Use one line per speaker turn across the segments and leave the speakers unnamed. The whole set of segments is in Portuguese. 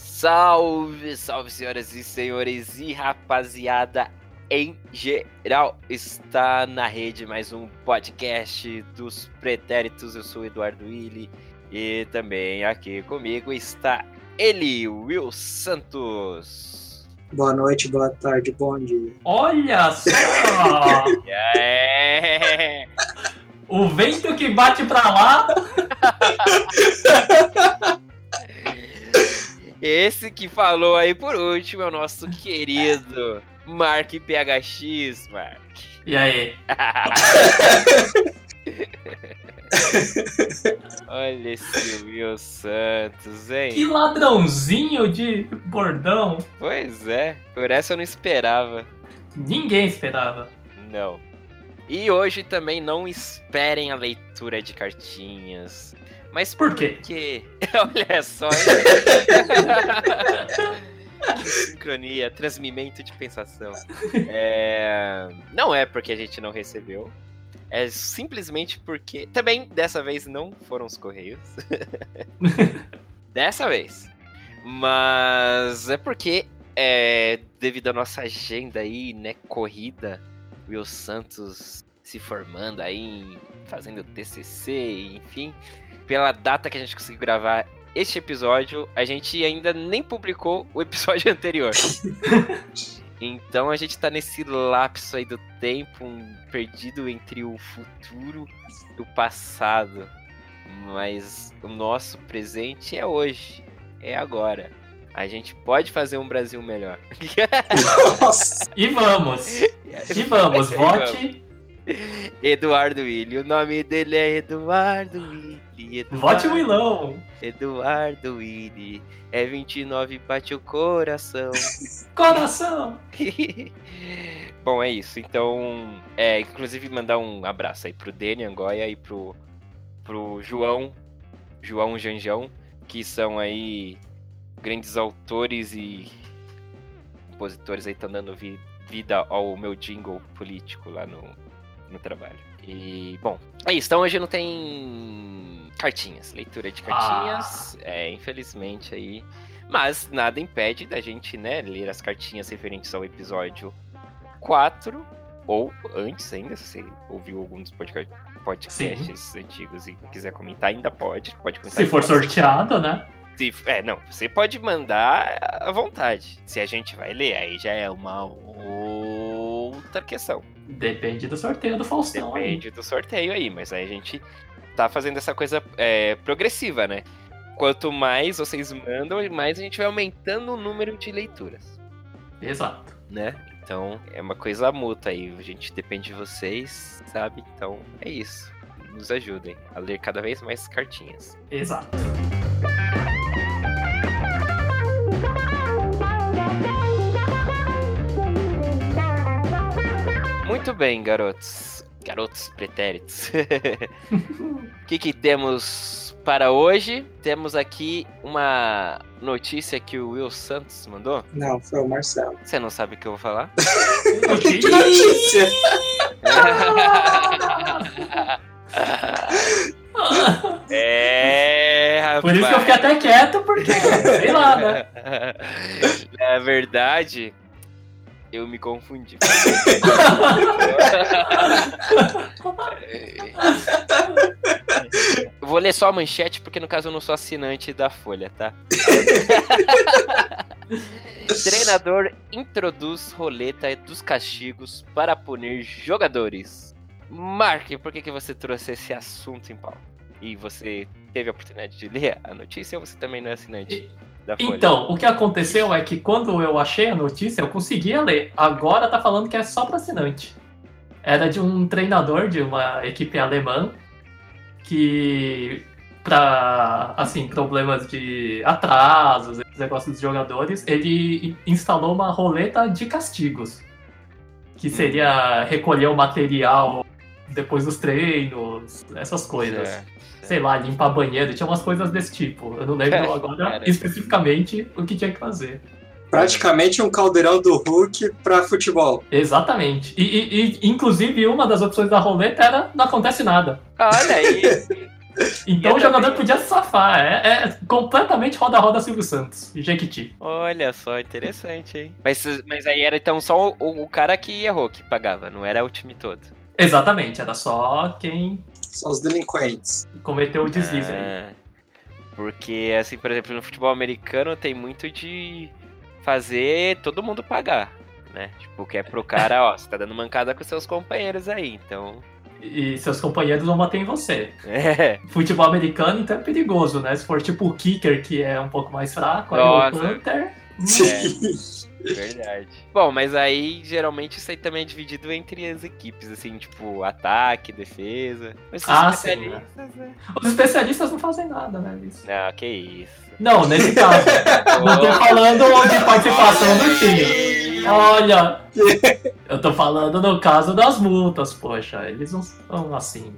Salve, salve senhoras e senhores e rapaziada em geral. Está na rede mais um podcast dos pretéritos. Eu sou o Eduardo Willi e também aqui comigo está ele, Will Santos.
Boa noite, boa tarde, bom dia.
Olha só!
É,
o vento que bate pra lá.
esse que falou aí por último é o nosso querido Mark PHX, Mark.
E aí?
Olha esse Will Santos, hein?
Que ladrãozinho de bordão.
Pois é, por essa eu não esperava.
Ninguém esperava.
Não. E hoje também não esperem a leitura de cartinhas. Mas
Por quê?
Porque. Olha só. hein? que sincronia, transmimento de pensação. É, Não é porque a gente não recebeu. É simplesmente porque. Também dessa vez não foram os Correios. dessa vez. Mas é porque, é, devido à nossa agenda aí, né, corrida, Will Santos se formando aí, fazendo TCC, enfim pela data que a gente conseguiu gravar este episódio, a gente ainda nem publicou o episódio anterior. então a gente tá nesse lapso aí do tempo, um perdido entre o futuro e o passado. Mas o nosso presente é hoje, é agora. A gente pode fazer um Brasil melhor.
Nossa!
E vamos. E vamos. Vote,
Eduardo Willi, o nome dele é Eduardo Willi. Eduardo...
vote o Wilão.
Eduardo Willi é 29, bate o coração.
Coração.
Bom, é isso. Então, é, inclusive mandar um abraço aí pro Daniel Goya e pro, pro João, João Janjão, que são aí grandes autores e compositores aí estão dando vi- vida ao meu jingle político lá no, no trabalho. E, bom, é isso. Então hoje não tem cartinhas, leitura de cartinhas. É, infelizmente aí. Mas nada impede da gente, né, ler as cartinhas referentes ao episódio 4. Ou antes ainda, se você ouviu algum dos podca- podcasts antigos e quiser comentar, ainda pode. Pode comentar.
Se for
depois.
sorteado, né?
Se- é, não, você pode mandar à vontade. Se a gente vai ler, aí já é uma outra questão.
Depende do sorteio do Faustão. aí.
Depende do sorteio aí, mas aí a gente tá fazendo essa coisa é, progressiva, né? Quanto mais vocês mandam, mais a gente vai aumentando o número de leituras,
Exato.
né? Então é uma coisa mútua aí, a gente depende de vocês, sabe? Então é isso. Nos ajudem a ler cada vez mais cartinhas.
Exato.
Muito bem, garotos. Garotos pretéritos. O que, que temos para hoje? Temos aqui uma notícia que o Will Santos mandou.
Não, foi o Marcelo.
Você não sabe o que eu vou falar?
Que notícia!
é, rapaz.
Por isso que eu fiquei até quieto, porque sei lá, né?
Na verdade, eu me confundi. Eu Vou ler só a manchete, porque no caso eu não sou assinante da Folha, tá? Treinador introduz roleta dos castigos para punir jogadores. Mark, por que, que você trouxe esse assunto em pau? E você teve a oportunidade de ler a notícia ou você também não é assinante da Folha?
Então, o que aconteceu é que quando eu achei a notícia, eu conseguia ler. Agora tá falando que é só para assinante. Era de um treinador de uma equipe alemã que para assim, problemas de atrasos, esses negócios dos jogadores, ele instalou uma roleta de castigos,
Hum.
que seria recolher o material depois dos treinos, essas coisas
Certo.
sei lá, limpar banheiro, tinha umas coisas desse tipo. Eu não
É,
lembro agora
Cara.
especificamente o que tinha que fazer.
Praticamente um caldeirão do Hulk pra futebol.
Exatamente. E, e- e, inclusive, uma das opções da roleta era não acontece nada.
Olha aí.
Então
E
o
é
jogador
também-
podia se safar. É, é completamente roda-roda Silvio Santos e Jequiti.
Olha só, interessante, hein? Mas, mas aí era então só o, o cara que errou que pagava, não era o time todo.
Exatamente, era só quem
São os delinquentes.
cometeu o deslize aí.
Ah, Porque, assim, por exemplo, no futebol americano tem muito de fazer todo mundo pagar, né? Tipo, que é pro cara, ó, você tá dando mancada com seus companheiros aí, então.
E seus companheiros vão bater em você.
É,
Futebol americano, então é perigoso, né? Se for tipo o kicker, que é um pouco mais fraco, aí o hum,
Nossa.
punter.
É. verdade. Bom, mas aí geralmente isso aí também é dividido entre as equipes, assim, tipo, ataque, defesa. Mas os
Ah, sim,
especialistas, né?
Os especialistas não fazem nada, né? Isso.
Não, que isso.
Não, nesse caso. não tô falando de participação do time. Olha, eu tô falando no caso das multas, poxa. Eles não são assim.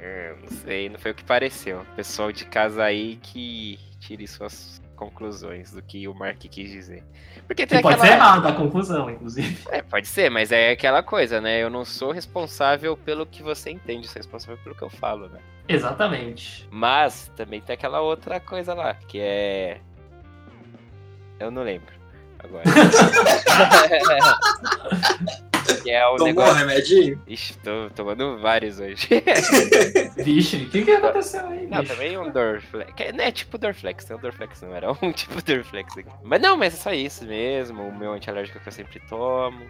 É, não sei, não foi o que pareceu. O pessoal de casa aí que tire suas conclusões do que o Mark quis dizer. Porque tem
E pode ser
aquela...
errado a conclusão, inclusive.
É, pode ser, mas é aquela coisa, né? Eu não sou responsável pelo que você entende, eu sou responsável pelo que eu falo, né?
Exatamente.
Mas também tem aquela outra coisa lá, que é. Eu não lembro agora. que é o
Tomou um
negócio.
remedinho?
Ixi, tô tomando vários hoje.
Vixe, o que, que aconteceu aí?
Não,
bicho?
também um Dorflex. que Não é tipo Dorflex, não é um Dorflex, não. Era um tipo Dorflex aqui. Mas não, mas é só isso mesmo. O meu antialérgico que eu sempre tomo.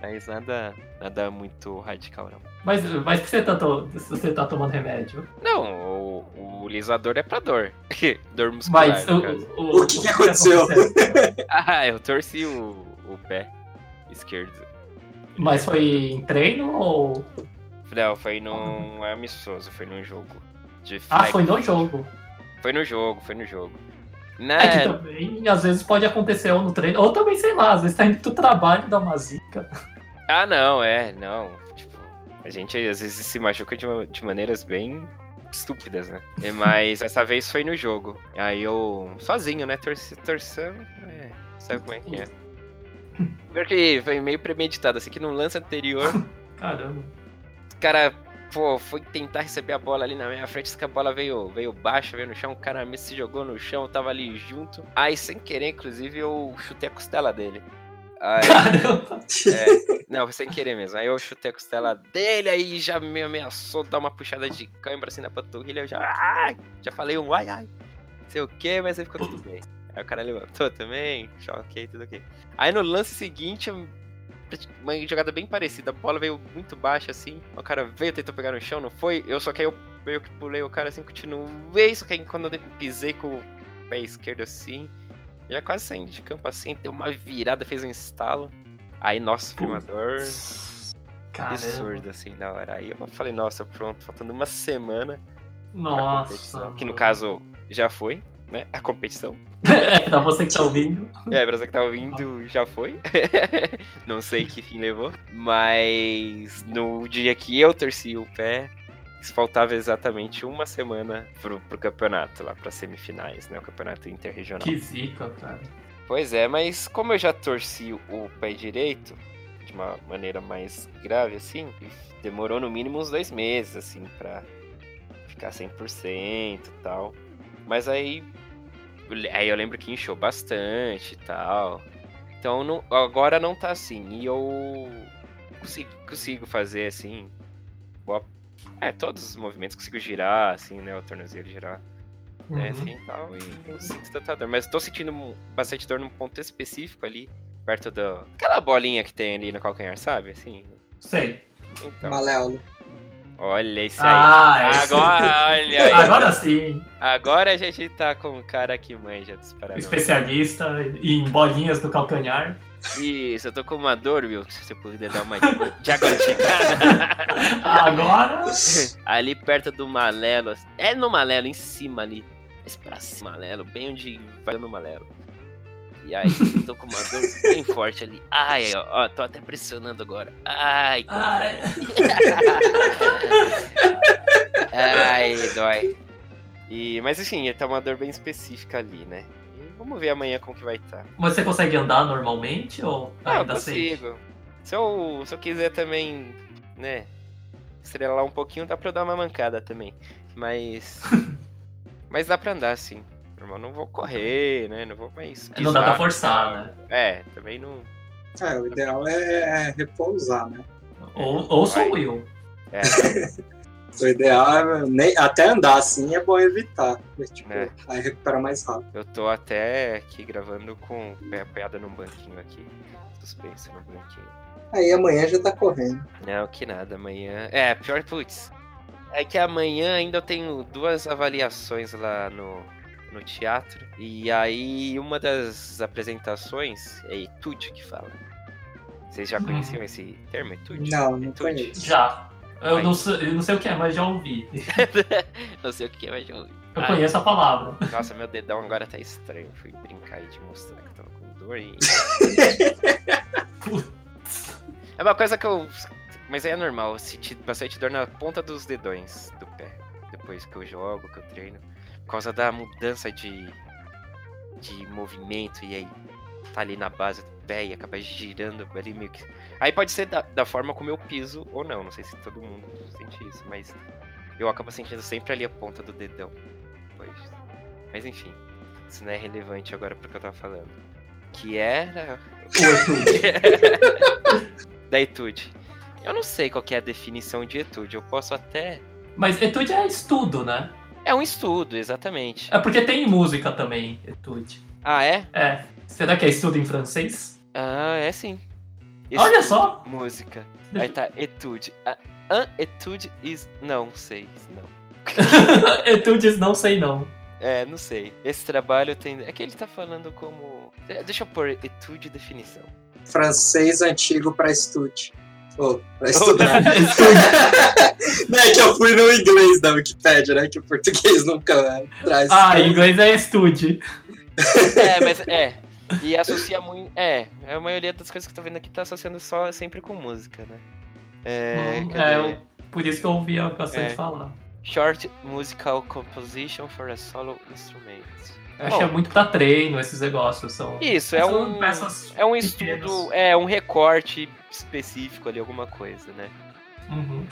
Mas nada, nada muito radical, não.
Mas, mas por que você tá, to- você tá tomando remédio?
Não, o, o lisador é pra dor. dor muscular.
Mas
no
o,
caso.
O que que aconteceu?
Ah, eu torci o, o pé esquerdo.
Mas foi em treino ou.
Não, foi num. É amistoso, foi num jogo. De
Ah,
flag.
foi no jogo.
Foi no jogo, foi no jogo.
É que
Né?
também, às vezes, pode acontecer ou no treino, ou também, sei lá, às vezes tá indo pro trabalho da uma zica.
Ah, não, é, não. Tipo, a gente às vezes se machuca de, ma- de maneiras bem estúpidas, né? E, Mas essa vez foi no jogo. Aí eu, sozinho, né? Torci, torçando. é, sabe como é que é? Pior que foi meio premeditado, assim, que no lance anterior,
Caramba.
o cara, pô, foi tentar receber a bola ali na minha frente, só que a bola veio, veio baixa, veio no chão, o cara me se jogou no chão, eu tava ali junto. Aí, sem querer, inclusive, eu chutei a costela dele. Aí,
Caramba.
é, não, foi sem querer mesmo. Aí eu chutei a costela dele, aí já me ameaçou dar uma puxada de cãibra assim na panturrilha. Eu já, ai, já falei um ai, ai, sei o que, mas aí ficou tudo bem. Aí o cara levantou também, já ok, tudo ok. Aí no lance seguinte, uma jogada bem parecida. A bola veio muito baixa assim, o cara veio, tentou pegar no chão, não foi. Eu só que aí eu meio que pulei o cara assim, continuei. Só que aí quando eu pisei com o pé esquerdo assim, já quase saindo de campo assim, deu uma virada, fez um estalo. Aí, nossa, foi uma dor
Caramba.
absurda, assim, na hora. Aí eu falei, nossa, pronto, faltando uma semana pra
Nossa.
competição. Que no caso, já foi, né? A competição.
É, pra você que tá ouvindo.
É, pra você que tá ouvindo, já foi. Não sei que fim levou. Mas no dia que eu torci o pé, faltava exatamente uma semana pro, pro campeonato, lá pras semifinais, né? O campeonato interregional.
Que zica, cara.
Pois é, mas como eu já torci o pé direito de uma maneira mais grave, assim, demorou no mínimo uns dois meses, assim, pra ficar 100% e tal. Mas aí, eu le- aí eu lembro que inchou bastante e tal. Então não- agora não tá assim. E eu consigo, consigo fazer, assim, boa- é, todos os movimentos, consigo girar, assim, né, o tornozelo girar né,
Uhum.
assim, tal, e não sinto tanta dor. Mas tô sentindo mu- bastante dor num ponto específico ali, perto da... Aquela bolinha que tem ali no calcanhar, sabe? Assim,
Sei.
então...
Maléolo.
Olha isso aí.
Ah, esse-
Agora, é olha aí.
Agora sim,
Agora a gente tá com um cara que manja dos Paraná.
especialista em bolinhas do calcanhar.
Isso, eu tô com uma dor, Will, se você puder dar uma diagnosticada.
Agora.
ali perto do Malelo. assim, É no Malelo, em cima ali. Mas pra cima, Malelo, bem onde vai no Malelo. E aí, eu tô com uma dor bem forte ali. Ai, ó, ó, tô até pressionando agora. Ai,
Ai.
ai, dói. E, mas assim, tá uma dor bem específica ali, né? E vamos ver amanhã como que vai tá. estar.
Mas você consegue andar normalmente ou
Ah, eu
ainda sei?
consigo. Se eu, se eu quiser também, né, estrelar um pouquinho, dá pra eu dar uma mancada também. Mas Mas dá pra andar, sim. Normal, não vou correr, né? Não vou mais.
Não dá pra
pisar,
forçar, né?
É, também não.
É, o ideal é, é repousar, né?
Ou, ou sou
Vai.
eu.
É,
O ideal é nem, até andar assim é bom evitar. né? Tipo,
É.
aí recupera mais rápido.
eu tô até aqui gravando com a piada num banquinho aqui. Suspensa no banquinho.
Aí amanhã já tá correndo.
Não, que nada, amanhã. É, pior, putz. É que amanhã ainda eu tenho duas avaliações lá no, no teatro. E aí, uma das apresentações é Etude que fala. Vocês já
Hum.
conheciam esse termo? Etude?
Não, não
Etude?
conheço.
Já. Eu
Aí.
não, sei, eu não sei o que é, mas já ouvi.
Não sei o que é, mas já ouvi.
Eu
Aí.
conheço a palavra.
Nossa, meu dedão agora tá estranho. Fui brincar aí de mostrar que tava com dor e. É uma coisa que eu. Mas aí é normal, eu senti bastante dor na ponta dos dedões do pé. Depois que eu jogo, que eu treino. Por causa da mudança de. de movimento e aí tá ali na base do pé e acaba girando ali meio que. Aí pode ser da, da forma como eu piso ou não. Não sei se todo mundo sente isso, mas eu acabo sentindo sempre ali a ponta do dedão. Depois. Mas enfim, isso não é relevante agora porque eu tava falando. Que era da etude. Eu não sei qual que é a definição de etude. Eu posso até.
Mas etude é estudo, né?
É um estudo, exatamente.
É porque tem música também, etude.
Ah, é?
É. Será que é estudo em francês?
Ah, é sim.
Olha
Estudo,
só!
Música. Aí tá, etude. Ah, an etude is. Não sei. Não.
Etudes não sei não.
É, não sei. Esse trabalho tem. É que ele tá falando como. É, Deixa eu pôr etude e definição.
Francês antigo pra estude. Ou, pra estudar.
Ah,
não é que eu fui no inglês da Wikipédia, né? Que o português nunca traz.
Ah, em inglês é estude.
É, mas é. E associa muito. É, a maioria das coisas que eu tô vendo aqui tá associando só sempre com música, né? É.
Hum,
cadê?
é, eu- por isso que eu ouvia bastante
É.
falar.
Short musical composition for a solo instrument.
Eu acho que é
Bom,
muito pra treino esses negócios. São,
Isso, é
são
um,
peças
é um
pequenas.
estudo, é um recorte específico ali, alguma coisa, né?
Uhum.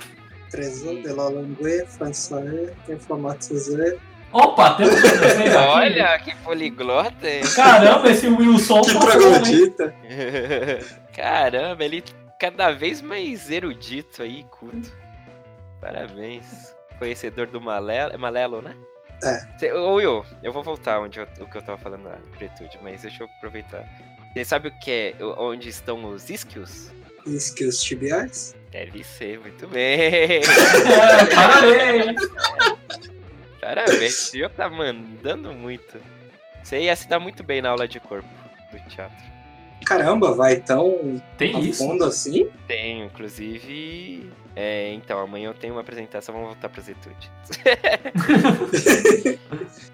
Trésor de la langue, français, informatisé.
Opa, temos um francês aqui.
Olha, que poliglota! hein?
Caramba, esse Wilson
Que
passou, hein?
troglodita.
Caramba, ele cada vez mais erudito aí, culto. Parabéns. Conhecedor do Malelo, é Malelo, né?
É.
Cê, ô Will, eu vou voltar onde eu, o que eu tava falando na pretude, mas deixa eu aproveitar. Você sabe o que é, onde estão os isquios?
Isso que os tibiais.
Deve ser, muito bem.
É, parabéns.
Parabéns, o Diogo tá mandando muito. Você ia se dar muito bem na aula de corpo do teatro.
Caramba, vai tão
Tem
a
isso?
fundo assim?
Tenho, inclusive. É, então, amanhã eu tenho uma apresentação, vamos voltar pra Zetude.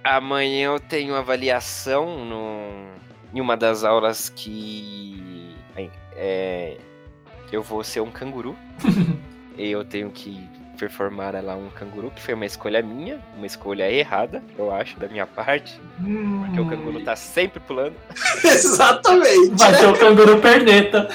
amanhã eu tenho avaliação no, em uma das aulas que. é, eu vou ser um canguru. e eu tenho que performar lá um canguru, que foi uma escolha minha, uma escolha errada, eu acho, da minha parte.
Hum.
Porque o canguru tá sempre pulando.
Exatamente.
Vai ser o canguru perneta.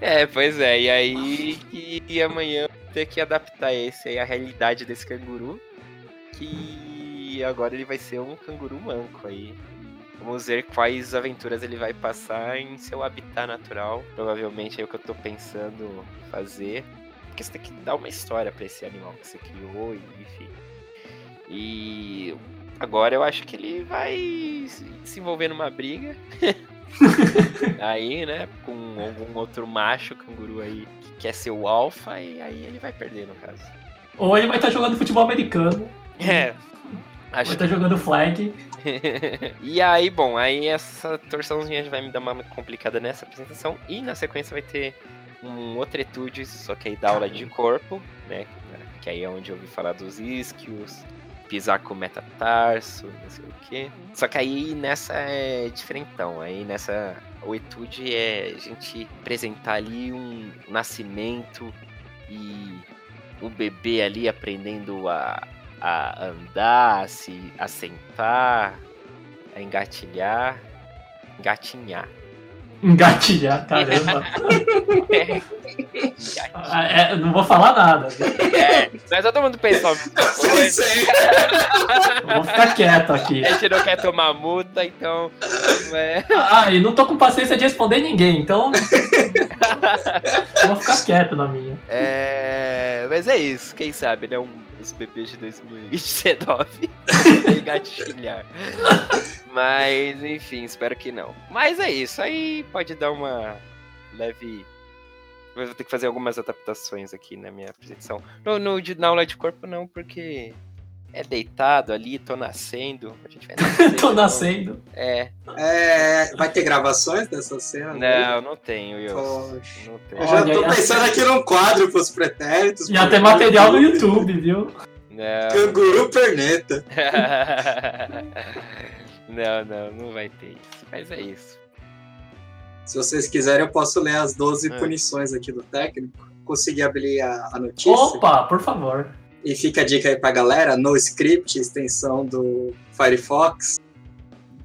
É, pois é, e aí e, e amanhã eu vou ter que adaptar esse aí à realidade desse canguru. Que agora ele vai ser um canguru manco aí. Vamos ver quais aventuras ele vai passar em seu habitat natural. Provavelmente é o que eu tô pensando fazer. Porque você tem que dar uma história pra esse animal que você criou, e- enfim. E agora eu acho que ele vai se se envolver numa briga. Aí, né, com algum outro macho canguru aí que quer ser o alfa, e aí ele vai perder, no caso.
Ou ele vai estar jogando futebol americano,
É.
vai
Acho
estar jogando flag.
E aí, bom, aí essa torçãozinha vai me dar uma complicada nessa apresentação. E na sequência vai ter um outro etude, só que aí dá aula de corpo, né? Que aí é onde eu ouvi falar dos isquios, pisar com metatarso, não sei o quê. Só que aí nessa é diferentão. Aí nessa. O etude é a gente apresentar ali um nascimento e o bebê ali aprendendo a, a andar, a se assentar, a engatilhar, É engatinhar.
Engatilhar, caramba. Ah, é, não vou falar nada. né?
É, não é todo mundo pensar a mesma coisa.
Eu vou ficar quieto aqui.
A gente não quer tomar multa, então. é.
Ah, e não tô com paciência de responder ninguém, então. Eu vou ficar quieto na minha.
É, Mas é isso, quem sabe, né? Um, os bebês de 2019 engatilhar. Mas, enfim, espero que não. Mas é isso, aí pode dar uma leve. Eu vou ter que fazer algumas adaptações aqui na minha apresentação. No, no, de- na aula de corpo, não, porque é deitado ali, tô nascendo. A gente vai nascer,
Tô
então-
nascendo.
É,
É, vai ter gravações dessa cena?
não, não tenho, eu.
Poxa.
Não tenho.
Eu já
Olha,
tô
ia
pensando
ter-
aqui num quadro pros pretéritos.
Ia
pro
ter material no YouTube, viu?
Não.
Canguru perneta.
não, não, não vai ter isso. Mas é isso.
Se vocês quiserem, eu posso ler as 12
É.
punições aqui do técnico. Consegui abrir a, a notícia.
Opa, por favor.
E fica a dica aí pra galera, no script, extensão do Firefox,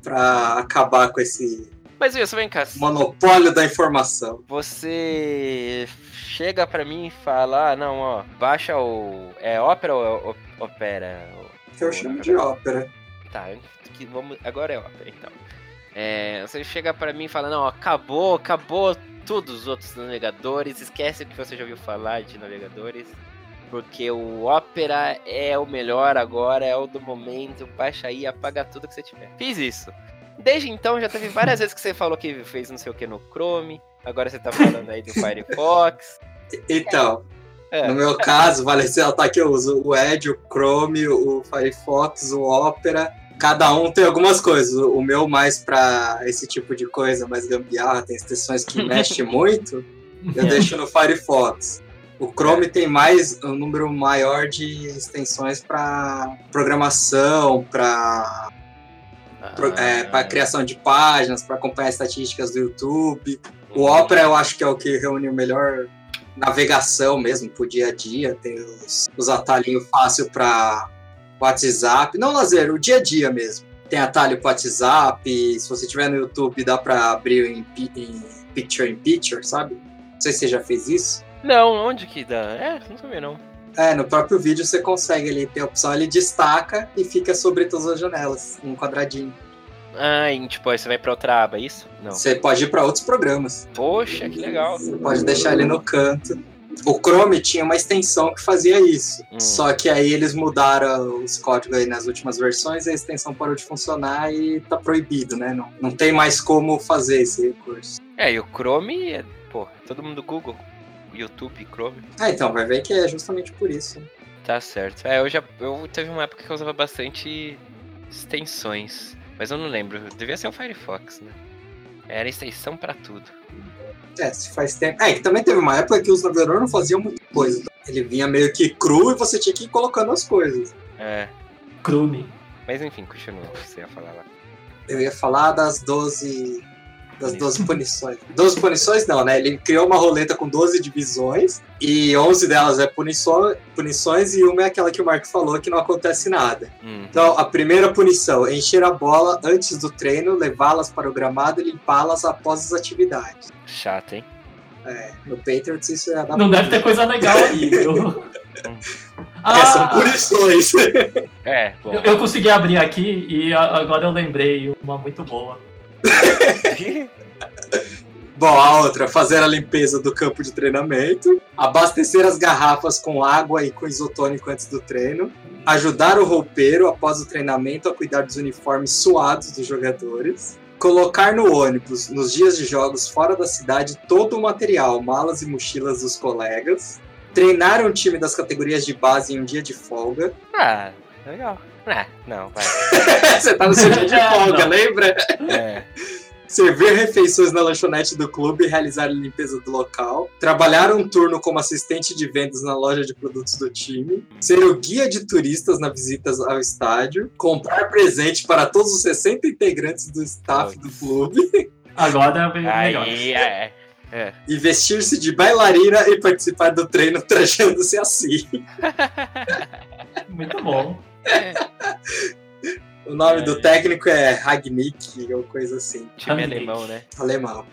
pra acabar com esse
Mas Wilson, vem cá.
monopólio da informação.
Você chega pra mim e fala, ah, não, ó, baixa o. É ópera ou é o- opera?
Que eu chamo de ópera.
Tá, que vamos... agora é ópera, então. É, você chega pra mim e fala, não, ó, acabou, acabou todos os outros navegadores, esquece o que você já ouviu falar de navegadores, porque o Opera é o melhor agora, é o do momento, baixa aí, apaga tudo que você tiver. Fiz isso. Desde então, já teve várias vezes que você falou que fez não sei o que no Chrome, agora você tá falando aí do Firefox.
Então,
É.
no meu caso, vale ressaltar que eu uso o Edge, o Chrome, o Firefox, o Opera. Cada um tem algumas coisas. O meu mais pra esse tipo de coisa, mais gambiarra, tem extensões que mexe muito. Eu deixo no Firefox. O Chrome tem mais um número maior de extensões para programação, para é,
Ah,
criação de páginas, para acompanhar estatísticas do YouTube. O Opera eu acho que é o que reúne o melhor navegação mesmo pro dia a dia. Tem os, os atalhinhos fácil para WhatsApp, não lazer, o dia a dia mesmo. Tem atalho para WhatsApp, se você tiver no YouTube dá para abrir em, pi- em picture in picture, sabe? Não sei se você já fez isso.
Não, onde que dá? É, não sabia não.
É, no próprio vídeo você consegue ali ter a opção, ele destaca e fica sobre todas as janelas, um quadradinho.
Ah, e, tipo, aí você vai pra outra aba, é isso? Não.
Você pode ir para outros programas,
Poxa, que legal.
você pode deixar ele no canto. O Chrome tinha uma extensão que fazia isso,
Hum.
só que aí eles mudaram os códigos aí nas últimas versões, a extensão parou de funcionar e tá proibido, né? Não, não tem mais como fazer esse recurso.
É, e o Chrome é, pô, é todo mundo Google. YouTube, Chrome.
Ah, então, vai ver que é justamente por isso.
Tá certo. É, eu já. Eu teve uma época que eu usava bastante extensões. Mas eu não lembro. Devia ser o Firefox, né? Era extensão pra tudo.
É, se faz tempo. É, que também teve uma época que os navegadores não faziam muita coisa. Ele vinha meio que cru e você tinha que ir colocando as coisas.
É.
Crune.
Mas enfim, continua o que você ia falar lá.
Eu ia falar das 12. Das 12 punições. 12 punições não, né? Ele criou uma roleta com 12 divisões e 11 delas é puniço- punições e uma é aquela que o Marco falou que não acontece nada.
Hum.
Então, a primeira punição, encher a bola antes do treino, levá-las para o gramado e limpá-las após as atividades.
Chato, hein?
É, no Patriots isso é ia dar
Não deve ter coisa legal aí, viu?
É, são
Ah,
punições.
É, bom.
eu, eu consegui abrir aqui e a- agora eu lembrei uma muito boa.
Bom, a outra, fazer a limpeza do campo de treinamento, abastecer as garrafas com água e com isotônico antes do treino, ajudar o roupeiro após o treinamento a cuidar dos uniformes suados dos jogadores, colocar no ônibus, nos dias de jogos fora da cidade, todo o material, malas e mochilas dos colegas, treinar um time das categorias de base em um dia de folga.
Ah, legal. Ah, não, vai.
Você tá no seu dia de
É,
folga,
não.
lembra?
É.
servir refeições na lanchonete do clube e realizar a limpeza do local, trabalhar um turno como assistente de vendas na loja de produtos do time, ser o guia de turistas na visitas ao estádio, comprar presente para todos os 60 integrantes do staff do clube
Agora veio melhor.
Aí, é.
e vestir-se de bailarina e participar do treino trajando-se assim.
Muito bom.
O
É.
nome do técnico é Ragnick ou coisa assim,
Time
Amei.
alemão, né?
alemão.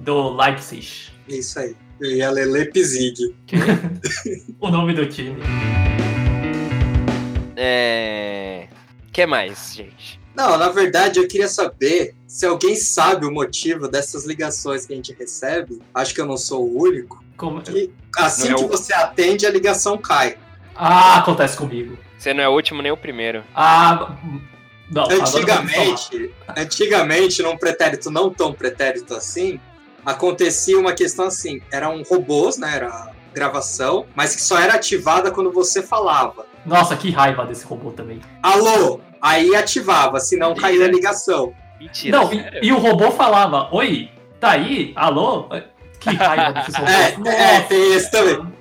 do Leipzig.
É Isso aí. Eu ia ler Lepzig.
O nome do time.
É. que mais, gente?
Não, na verdade eu queria saber se alguém sabe o motivo dessas ligações que a gente recebe. Acho que eu não sou o único.
Como-
Que assim
Não é
que
o- Tá
você atende, a ligação cai.
Ah, acontece comigo.
Você não é o último nem o primeiro.
Ah, não. agora eu vou falar.
Antigamente, antigamente, num pretérito não tão pretérito assim, acontecia uma questão assim: eram robôs, né? Era gravação, mas que só era ativada quando você falava.
Nossa, que raiva desse robô também.
Alô! Aí ativava, senão caía a ligação.
Mentira.
não,
sério?
e, e o robô falava: Oi, tá aí? Alô? Que raiva desses robôs.
É, é, tem esse também.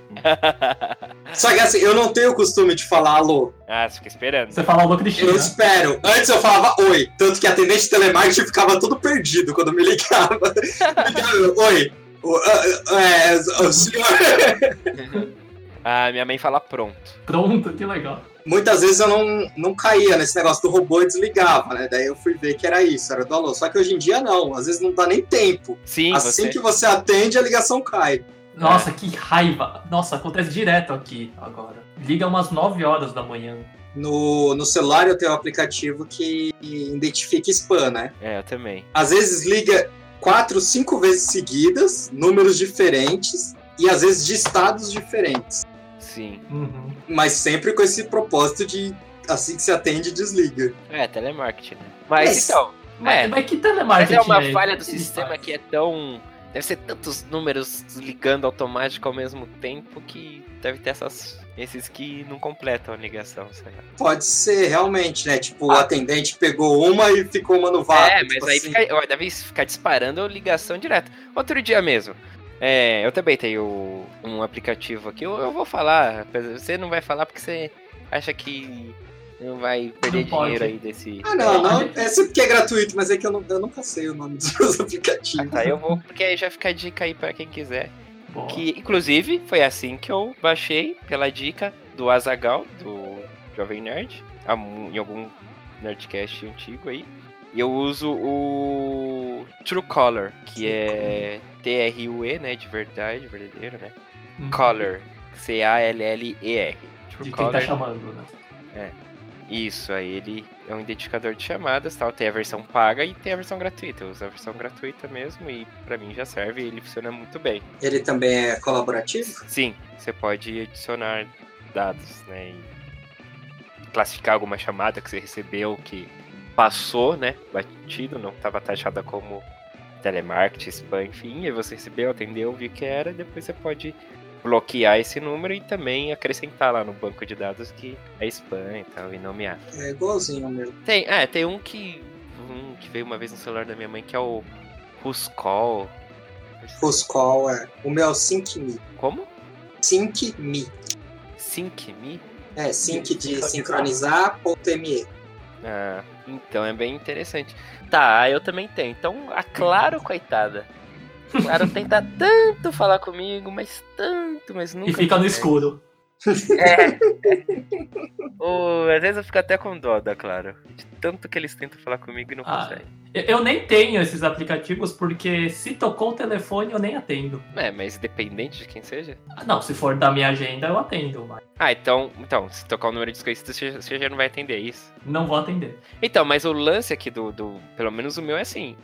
Só que assim, eu não tenho o costume de falar alô.
ah, você fica esperando.
Você fala alô,
Eu
Cristina.
Né?
espero. Antes eu falava oi. Tanto que atendente de telemarketing ficava todo perdido quando me ligava. Ligava, eu, oi. O, ah, é, o senhor.
Ah, minha mãe fala pronto.
Pronto, que legal.
Muitas vezes eu não, não caía nesse negócio do robô e desligava, né? Daí eu fui ver que era isso, era do alô. Só que hoje em dia não, às vezes não dá nem tempo.
Ah, Sim,
assim
você.
que você atende, a ligação cai.
Nossa, que raiva. Nossa, acontece direto aqui agora. Liga umas 9 horas da manhã.
No, no celular eu tenho um aplicativo que identifica spam, né?
É, eu também.
às vezes liga quatro, cinco vezes seguidas, números diferentes e às vezes de estados diferentes,
Sim.
Uhum.
mas sempre com esse propósito de assim que se atende desliga.
É, telemarketing, né? Mas,
Mas-
então,
Mas,
É.
mas que
mas
telemarketing
é uma
esse?
falha do
Que
sistema
faz?
que é tão. Deve ser tantos números ligando automático ao mesmo tempo que deve ter essas, esses que não completam a ligação, sei lá.
Pode ser realmente, né? Tipo, o atendente pegou uma e ficou uma no vácuo.
Ah. É, mas
tipo
aí
assim.
fica, ó, deve ficar disparando a ligação direto. Outro dia mesmo. é, eu também tenho um aplicativo aqui. Eu, eu vou falar. apesar- Você não vai falar porque você acha que não vai perder
Não pode.
dinheiro aí desse.
Ah, não, não. É sempre que é gratuito, mas é que eu, não, eu nunca sei o nome dos meus aplicativos.
Tá, eu vou, porque aí já fica a dica aí pra quem quiser.
Boa.
Que, inclusive, foi assim que eu baixei pela dica do Azagal, do Jovem Nerd, há mu- em algum Nerdcast antigo aí. E eu uso o Truecaller, que é T-R-U-E, né? De verdade, verdadeiro, né?
Uhum.
Caller, C-A-L-L-E-R.
De quem tá
Truecaller.
chamando, né?
Isso, aí ele é um identificador de chamadas, tal. Tem a versão paga e tem a versão gratuita. Eu uso a versão gratuita mesmo e pra mim já serve e ele funciona muito bem.
Ele também é colaborativo?
Sim, você pode adicionar dados, né? E classificar alguma chamada que você recebeu que passou, né? Batido, não estava taxada como telemarketing, spam, enfim. Aí você recebeu, atendeu, viu que era, e depois você pode bloquear esse número e também acrescentar lá no banco de dados que é spam e tal, e nomear.
É igualzinho mesmo.
Tem, é, tem um que. um que veio uma vez no celular da minha mãe que é o Ruscall.
Ruscall é. O meu é o SyncMe.
Como?
SyncMe.
SyncMe?
É, sync de
Sincronizar.
sincronizar, ponto ME.
Ah, então é bem interessante. Tá, eu também tenho. Então, a Claro, coitada. A Claro tenta tanto falar comigo, mas tanto, mas nunca.
E fica no
consegue.
escuro.
É. Ô, às vezes eu fico até com dó da Claro. De tanto que eles tentam falar comigo e não
Ah.
conseguem.
Eu- Eu nem tenho esses aplicativos porque se tocou o telefone eu nem atendo.
É, mas dependente de quem seja.
Ah, Não, se for da minha agenda eu atendo, mas
Ah, então, então se tocar o número desconhecido, você, já- você já não vai atender é isso.
não vou atender.
Então, mas o lance aqui do, do- Pelo menos o meu é assim.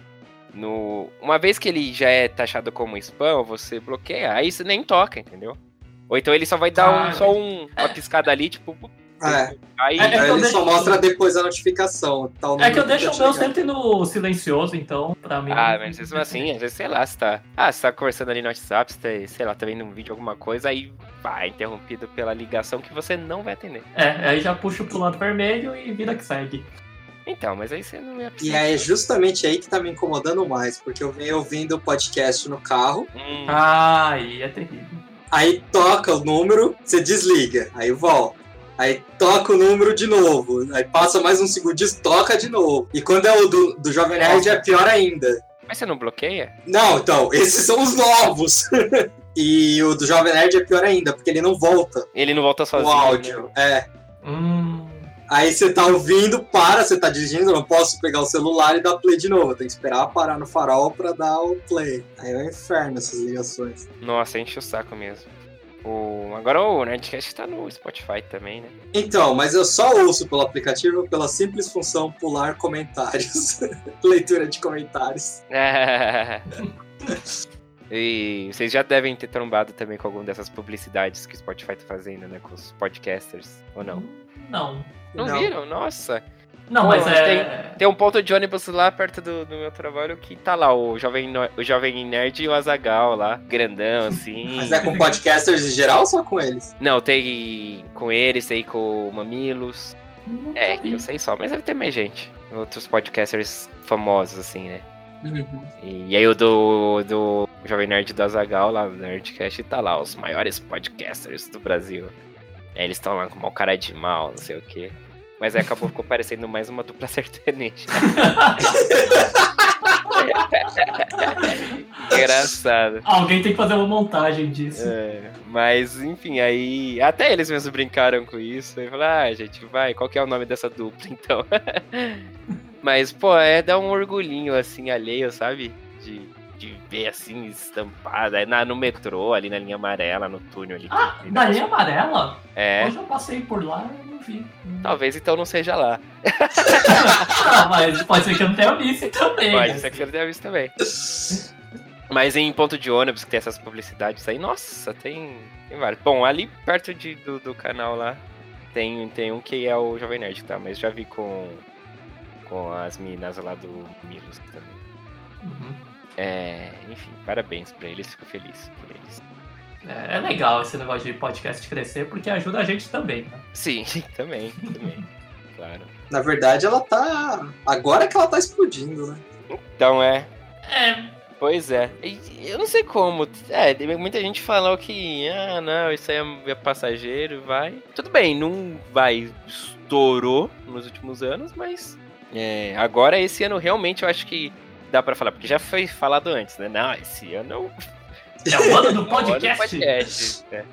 No, uma vez que ele já é taxado como spam, você bloqueia. Aí você nem toca, entendeu? Ou então ele só vai dar um-
Ah.
só um- uma piscada ali, tipo.
É,
Aí.
É, é-
aí
que eu
ele só
deixo-
mostra depois a notificação. Tal
É que eu
número
deixo
tá
o meu
chegando.
sempre no silencioso, então pra mim.
Ah, mas mesmo assim, às vezes, sei lá, você tá. Ah, você tá conversando ali no WhatsApp, você tá, sei lá, tá vendo um vídeo, alguma coisa, aí pá, é interrompido pela ligação que você não vai atender.
É, aí já puxo pro lado vermelho e vida que segue.
Então, mas aí você não ia
E é justamente aí que tá me incomodando mais, porque eu venho ouvindo o podcast no carro,
Hum,
Ah, aí é terrível.
aí toca o número, você desliga, aí volta. Aí toca o número de novo, aí passa mais uns segundos, toca de novo. E quando é o do, do Jovem Nerd é pior ainda.
Mas você não bloqueia?
Não, então, esses são os novos. e o do
Tá
Jovem Nerd é pior ainda, porque ele não volta
né? Ele não volta sozinho.
o áudio. É,
Hum.
Aí você tá ouvindo, para, você tá dirigindo, eu não posso pegar o celular e dar play de novo. Tem que esperar parar no farol pra dar o play. Aí é um inferno essas ligações.
Nossa, enche o saco mesmo. O... Agora o Nerdcast tá no Spotify também, né?
Então, mas eu só ouço pelo aplicativo pela simples função pular comentários. Leitura de comentários.
e vocês já devem ter trombado também com alguma dessas publicidades que o Spotify tá fazendo, né? Com os podcasters, ou não?
Não.
Não,
Não.
viram? Nossa.
Não,
Pô,
mas
mas
é.
Tem um ponto de ônibus lá perto do, do meu trabalho que tá lá o jovem, no- o jovem nerd e o Azagal lá, grandão assim.
Mas é com podcasters em geral ou só com eles?
Não, tem com eles, tem com o Mamilos. É, eu sei só, mas deve ter mais gente. Outros podcasters famosos, assim, né? E, e aí o do, do Jovem Nerd do Azagal lá no Nerdcast tá lá, os maiores podcasters do Brasil. Aí eles estão lá com uma cara de mal, não sei o quê. Mas aí acabou ficou parecendo mais uma dupla sertaneja. Engraçado.
Alguém tem que fazer uma montagem disso.
É, mas enfim, aí até eles mesmos brincaram com isso. Aí falaram, ah, gente, vai, qual que é o nome dessa dupla então? mas, pô, é dar um orgulhinho assim alheio, sabe? De, de ver assim estampada é na, no metrô, ali na linha amarela, no túnel ali.
Ah, da linha amarela?
É,
Hoje eu passei por lá e não vi.
talvez então não seja lá.
Ah, mas pode ser que eu não tenha visto também.
Pode ser que você não tenha visto também. Mas em ponto de ônibus, que tem essas publicidades aí, nossa, tem, tem vários. Bom, ali perto de- do, do canal lá, tem, tem um que é o Jovem Nerd, tá? Mas já vi com, com as meninas lá do Milos também.
Uhum.
É, enfim, parabéns pra eles, fico feliz por eles.
É, é legal esse negócio de podcast crescer, porque ajuda a gente também. né?
Sim, também, também, claro.
Na verdade, ela tá. Agora que ela tá explodindo, né?
Então é,
É,
Pois é. E Eu não sei como. É, tem muita gente falou que, ah, não, isso aí é passageiro, vai. Tudo bem, não vai, estourou nos últimos anos, mas é, agora esse ano realmente eu acho que dá pra falar, porque já foi falado antes, né? Não, esse ano é o
é o ano do
ano do
podcast.
podcast, né?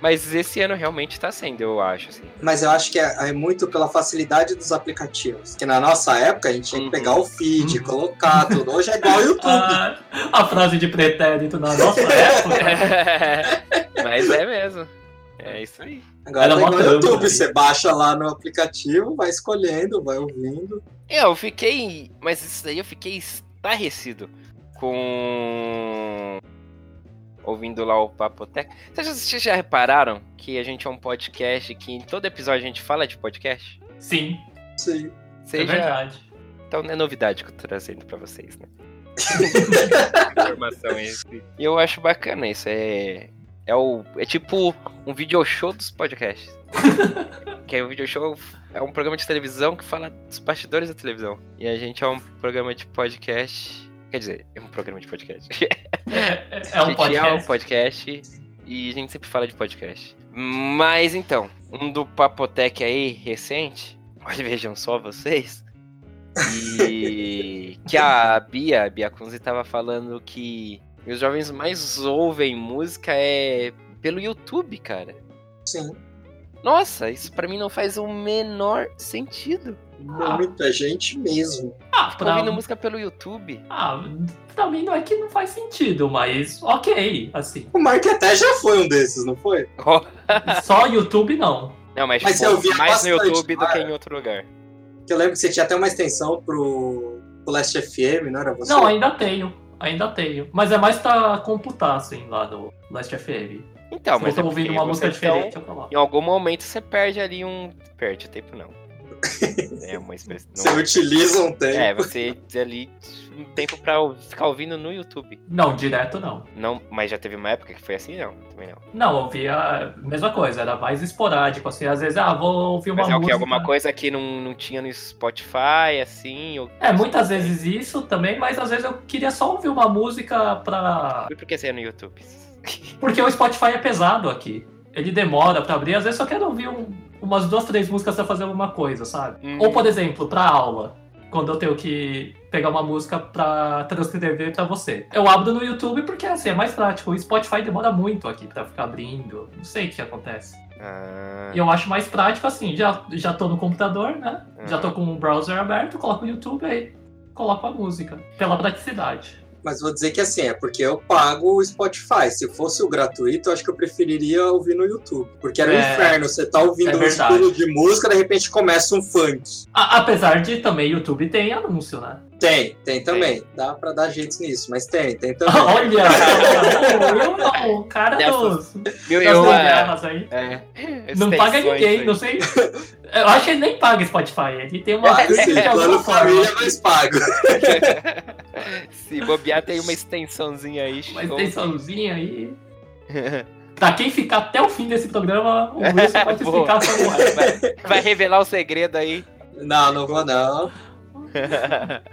Mas esse ano realmente tá sendo, eu acho, assim.
Mas eu acho que é, é muito pela facilidade dos aplicativos. Que na nossa época a gente tinha
Uhum.
que pegar o feed,
Uhum.
colocar tudo. Hoje é igual o YouTube.
Ah, a frase de pretérito na nossa né? época.
mas é mesmo. É isso aí.
Agora
Era
é
mó
igual o
trampo,
YouTube.
né?
Você baixa lá no aplicativo, vai escolhendo, vai ouvindo.
É, eu fiquei. Mas isso daí eu fiquei estarrecido com. Ouvindo lá o Papoteca. Vocês já, vocês já repararam que a gente é um podcast que em todo episódio a gente fala de podcast?
Sim,
Sim.
Vocês
é
já-
verdade.
Então não é novidade que eu tô trazendo pra vocês, né? Informação esse. E eu acho bacana isso. É, é, o, é tipo um video show dos podcasts. que é um video show é um programa de televisão que fala dos bastidores da televisão. E a gente é um programa de podcast. Quer dizer, é um programa de podcast.
É, é- é
A
um
gente é um
podcast.
podcast e a gente sempre fala de podcast. Mas então, um do Papotec aí, recente, mas vejam só vocês. E que a Bia, a Bia Kunze, tava falando que os jovens mais ouvem música é pelo YouTube, cara.
Sim.
Nossa, isso pra mim não faz o menor sentido.
Muita gente mesmo.
Ah,
Tô
pra-
ouvindo música pelo YouTube.
ah, pra mim não é que não faz sentido, mas ok, assim.
O Mark até já foi um desses, não foi?
Ó,
Só YouTube não.
Não, mas,
Mas
tipo,
eu ouvia
mais no
bastante,
YouTube do que
cara.
em outro lugar.
Que eu lembro que você tinha até uma extensão pro, pro Last FM, não era você?
Não, ainda tenho. Ainda tenho. Mas é mais pra computar, assim, lá no Last FM.
Então,
Se
mas.
eu tô
é
ouvindo
porque
uma música
vocês são-
diferente, eu coloco.
Em algum momento você perde ali um. Perde o tempo, não. É uma expressão.
Você utiliza um tempo.
É, você diz ali um tempo pra ou- ficar ouvindo no YouTube.
Não, direto não.
Não, mas já teve uma época que foi assim, não. Também não.
Não, eu ouvia a mesma coisa, era mais esporádico, assim, às vezes, ah, vou ouvir uma
Mas é o que?
música.
Alguma coisa que não, não tinha no Spotify, assim. Ou...
É, muitas vezes isso também, mas às vezes eu queria só ouvir uma música pra.
E por que você é no YouTube?
Porque o Spotify é pesado aqui. Ele demora pra abrir, às vezes eu quero ouvir um- umas duas, três músicas pra fazer alguma coisa, sabe?
Hum.
Ou, por exemplo, pra aula. Quando eu tenho que pegar uma música pra transcrever pra você. Eu abro no YouTube porque assim, é mais prático. O Spotify demora muito aqui pra ficar abrindo. Não sei o que acontece.
Ah,
E eu acho mais prático assim, já, já tô no computador, né? Já tô com o browser aberto, coloco o YouTube aí, coloco a música. Pela praticidade.
Mas vou dizer que assim, é porque eu pago o Spotify. Se fosse o gratuito, eu acho que eu preferiria ouvir no YouTube. Porque era um
É.
inferno. Você tá
É
ouvindo um
verdade.
estilo de música, de repente começa um funk.
A- apesar de também YouTube tem anúncio, né?
Tem, tem também. Dá pra dar jeito nisso, mas tem, tem também.
Olha! eu não, o cara dos,
Dessas- eu,
das
eu, ah,
novelas aí.
é,
Não paga
extensões
ninguém,
aí.
não sei. Eu acho que ele nem paga Spotify. Ele tem uma.
Pago sim,
de alguma
plano
forma.
família, mas pago.
Se bobear, tem uma extensãozinha aí.
Mas
show.
tem sozinha aí. Pra quem ficar até o fim desse programa, o Wilson pode
Boa.
explicar como é.
vai, vai revelar o segredo aí.
Não, não vou não.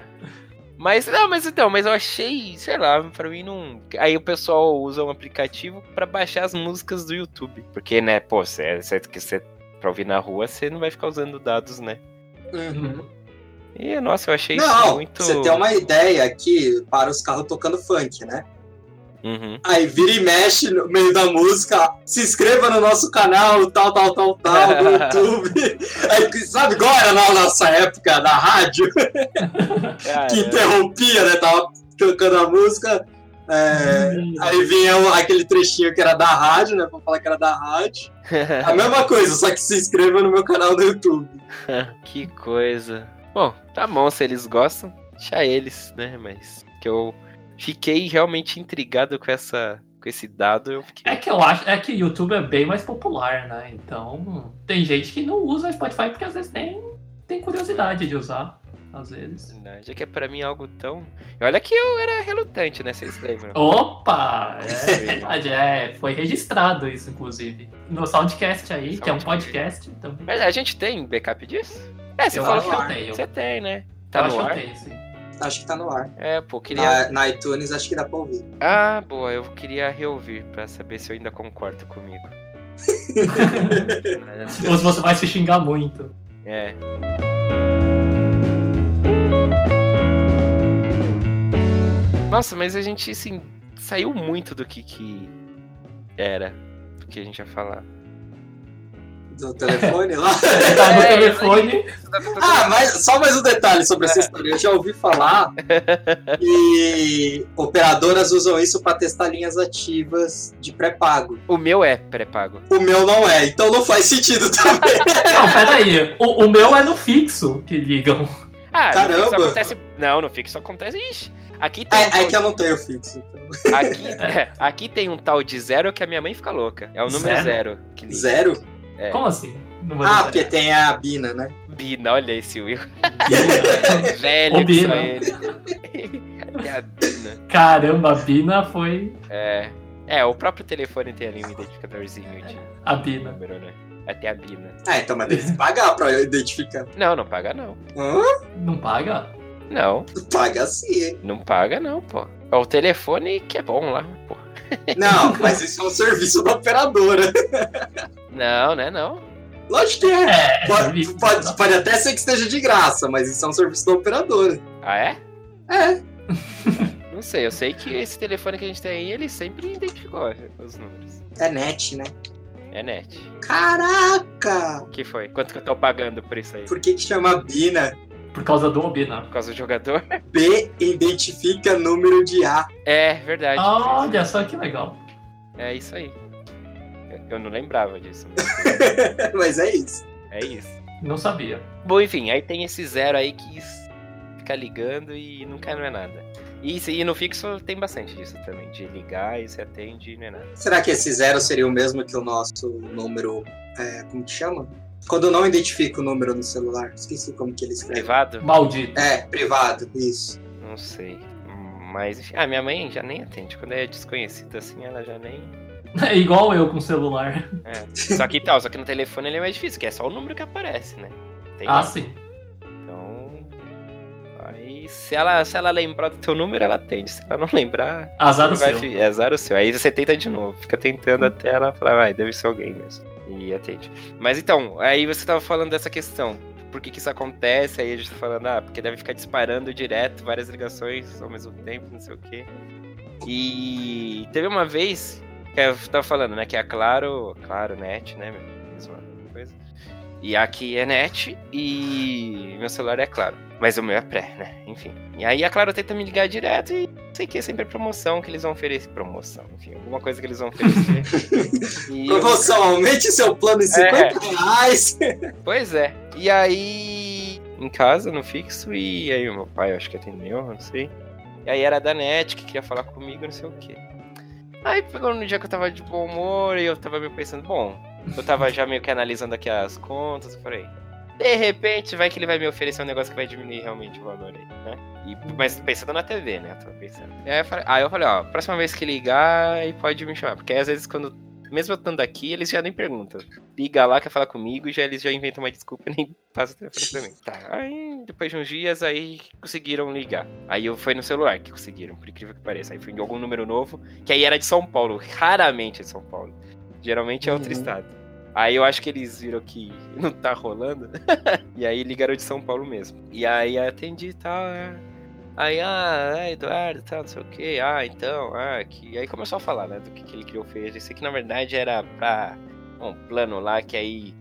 mas não, mas então, mas eu achei, sei lá, pra mim não. Aí o pessoal usa um aplicativo pra baixar as músicas do YouTube. Porque, né, pô, cê, cê, que cê, pra ouvir na rua, você não vai ficar usando dados, né?
Uhum.
E, nossa, eu achei isso
Não,
muito.
você tem uma ideia aqui para os carros tocando funk, né?
Uhum.
Aí vira e mexe no meio da música, se inscreva no nosso canal, tal, tal, tal, tal, no YouTube. Aí, sabe igual era na nossa época da rádio, que
Cara,
interrompia, né? Tava tocando a música. é, Aí vinha o- aquele trechinho que era da rádio, né? Pra falar que era da rádio. A mesma coisa, só que se inscreva no meu canal do YouTube.
que coisa. Bom, tá bom, se eles gostam, deixa eles, né? Mas que eu fiquei realmente intrigado com essa. Com esse dado, eu fiquei.
É que eu acho. É que YouTube é bem mais popular, né? Então. Tem gente que não usa Spotify porque às vezes tem, tem curiosidade de usar. Às vezes.
Não, Já que é pra mim algo tão. E olha que eu era relutante, né? Vocês lembram?
Opa! É verdade, é. Foi registrado isso, inclusive. No Soundcast aí, que é um
Soundcast.
podcast também.
Mas a gente tem backup disso? É, você
Eu
falou
acho que eu tenho.
Você tem, né?
eu
Tá
acho
no
que eu
ar?
tenho, sim.
Acho que tá no ar.
É, pô, queria.
Ah, Na, na iTunes acho que dá pra ouvir.
Ah, boa, eu queria reouvir pra saber se eu ainda concordo comigo.
Ou se você vai se xingar muito.
é. Nossa, mas a gente, assim, saiu muito do que que era. Do que a gente ia falar.
Do telefone lá.
Você tá no
É,
telefone.
Ah, mas só mais um detalhe sobre
É.
essa história. Eu já ouvi falar que operadoras usam isso para testar linhas ativas de pré-pago.
O meu é pré-pago.
O meu não é, então não faz sentido também.
Não, peraí. O, o meu é no fixo que ligam.
Ah,
Caramba.
no Fix acontece. Não, no Fix só acontece. Ixi, aqui tem. um
É, é
tal
que eu não tenho fixo. então.
de- aqui, é, aqui tem um tal de zero que a minha mãe fica louca. É o número
Zero?
zero. que liga.
Zero?
É.
Como assim? Não vou
Ah,
dizer.
porque tem a Bina, né?
Bina, olha esse Will.
Bina.
Velho,
Ô,
que só
Bina.
ele. Tem a Bina.
Caramba, a Bina foi
É. É, o próprio telefone tem ali um identificadorzinho de
a Bina.
número, né? Até a Bina.
Ah, então, mas tem que pagar pra eu identificar.
Não, não paga não.
Hã?
Não paga?
Não,
Paga sim. hein?
não paga não, pô. É o telefone que é bom lá, pô.
Não, mas isso é um serviço da operadora.
Não, né, não.
Lógico que é.
É,
Pode, pode- pode até ser que esteja de graça, mas isso é um serviço da operadora.
Ah, é?
É.
Não sei, eu sei que esse telefone que a gente tem aí, ele sempre identificou os números.
É net, né?
É net.
Caraca!
O que foi? Quanto que eu tô pagando por isso aí?
Por que, que chama Bina?
Por causa do né? Bina.
Por causa do jogador?
B identifica número de A.
É, verdade.
Olha só que legal.
É isso aí. Eu- Eu não lembrava disso. mas
Mas é isso.
É isso.
Não sabia.
Bom, enfim, aí tem esse zero aí que s- fica ligando e nunca não é nada. E, isso- e no fixo tem bastante disso também, de ligar e você atende e não é nada.
Será que esse zero seria o mesmo que o nosso número. é, como que chama? Quando eu não identifico o número no celular. Esqueci como que ele escreve.
Privado?
Maldito.
É, privado, isso.
Não sei. Mas, enfim. Ah, minha mãe já nem atende. Quando é desconhecida assim, ela já nem.
É igual eu com celular.
Só que tal, só que no telefone ele é mais difícil, que é só o número que aparece, né? Tem
Ah,
isso.
sim.
Então. Aí, se ela, se ela lembrar do teu número, ela atende. Se ela não lembrar,
Azar o
vai,
seu.
fi- é azar o seu. Aí você tenta de novo, fica tentando até ela falar, vai, deve ser alguém mesmo. E atende. Mas então, aí você tava falando dessa questão. Por que, que isso acontece? Aí a gente tá falando, ah, porque deve ficar disparando direto várias ligações ao mesmo tempo, não sei o quê. É, E teve uma vez que eu tava falando, né, que a Claro, Claro Net, né, meu? sei lá, coisa. E aqui é net e meu celular é claro. Mas o meu é pré, né? Enfim. E aí a Claro tenta me ligar direto e não sei o que, sempre é promoção que eles vão oferecer. Promoção, enfim, alguma coisa que eles vão oferecer. E eu- É.
Promoção, aumente seu plano em 50 reais.
Pois é. E aí, em casa, no fixo, e aí o meu pai, acho que atendeu, não sei. E aí era da NET que queria falar comigo, não sei o quê. Aí pegou no dia que eu tava de bom humor e eu tava meio pensando, bom, eu tava já meio que analisando aqui as contas, eu falei, de repente vai que ele vai me oferecer um negócio que vai diminuir realmente o valor aí, né? E, mas pensando na TV, né? Eu tava pensando. E aí eu falei, aí eu falei, ó, próxima vez que ligar, aí pode me chamar. Porque às vezes quando. Mesmo eu estando aqui, eles já nem perguntam liga lá, quer falar comigo, já eles já inventam uma desculpa e nem passa o telefone pra mim. Tá, aí depois de uns dias, aí conseguiram ligar. Aí eu foi no celular que conseguiram, por incrível que pareça. Aí foi em algum número novo, que aí era de São Paulo, raramente é de São Paulo. Geralmente é outro
Uhum.
estado. Aí eu acho que eles viram que não tá rolando. e aí ligaram de São Paulo mesmo. E aí atendi e tal. é. Aí, ah, é, Eduardo, tal, não sei o que, ah, então, ah, que. Aí começou a falar, né, do que, que ele queria oferecer, que na verdade era pra um plano lá que aí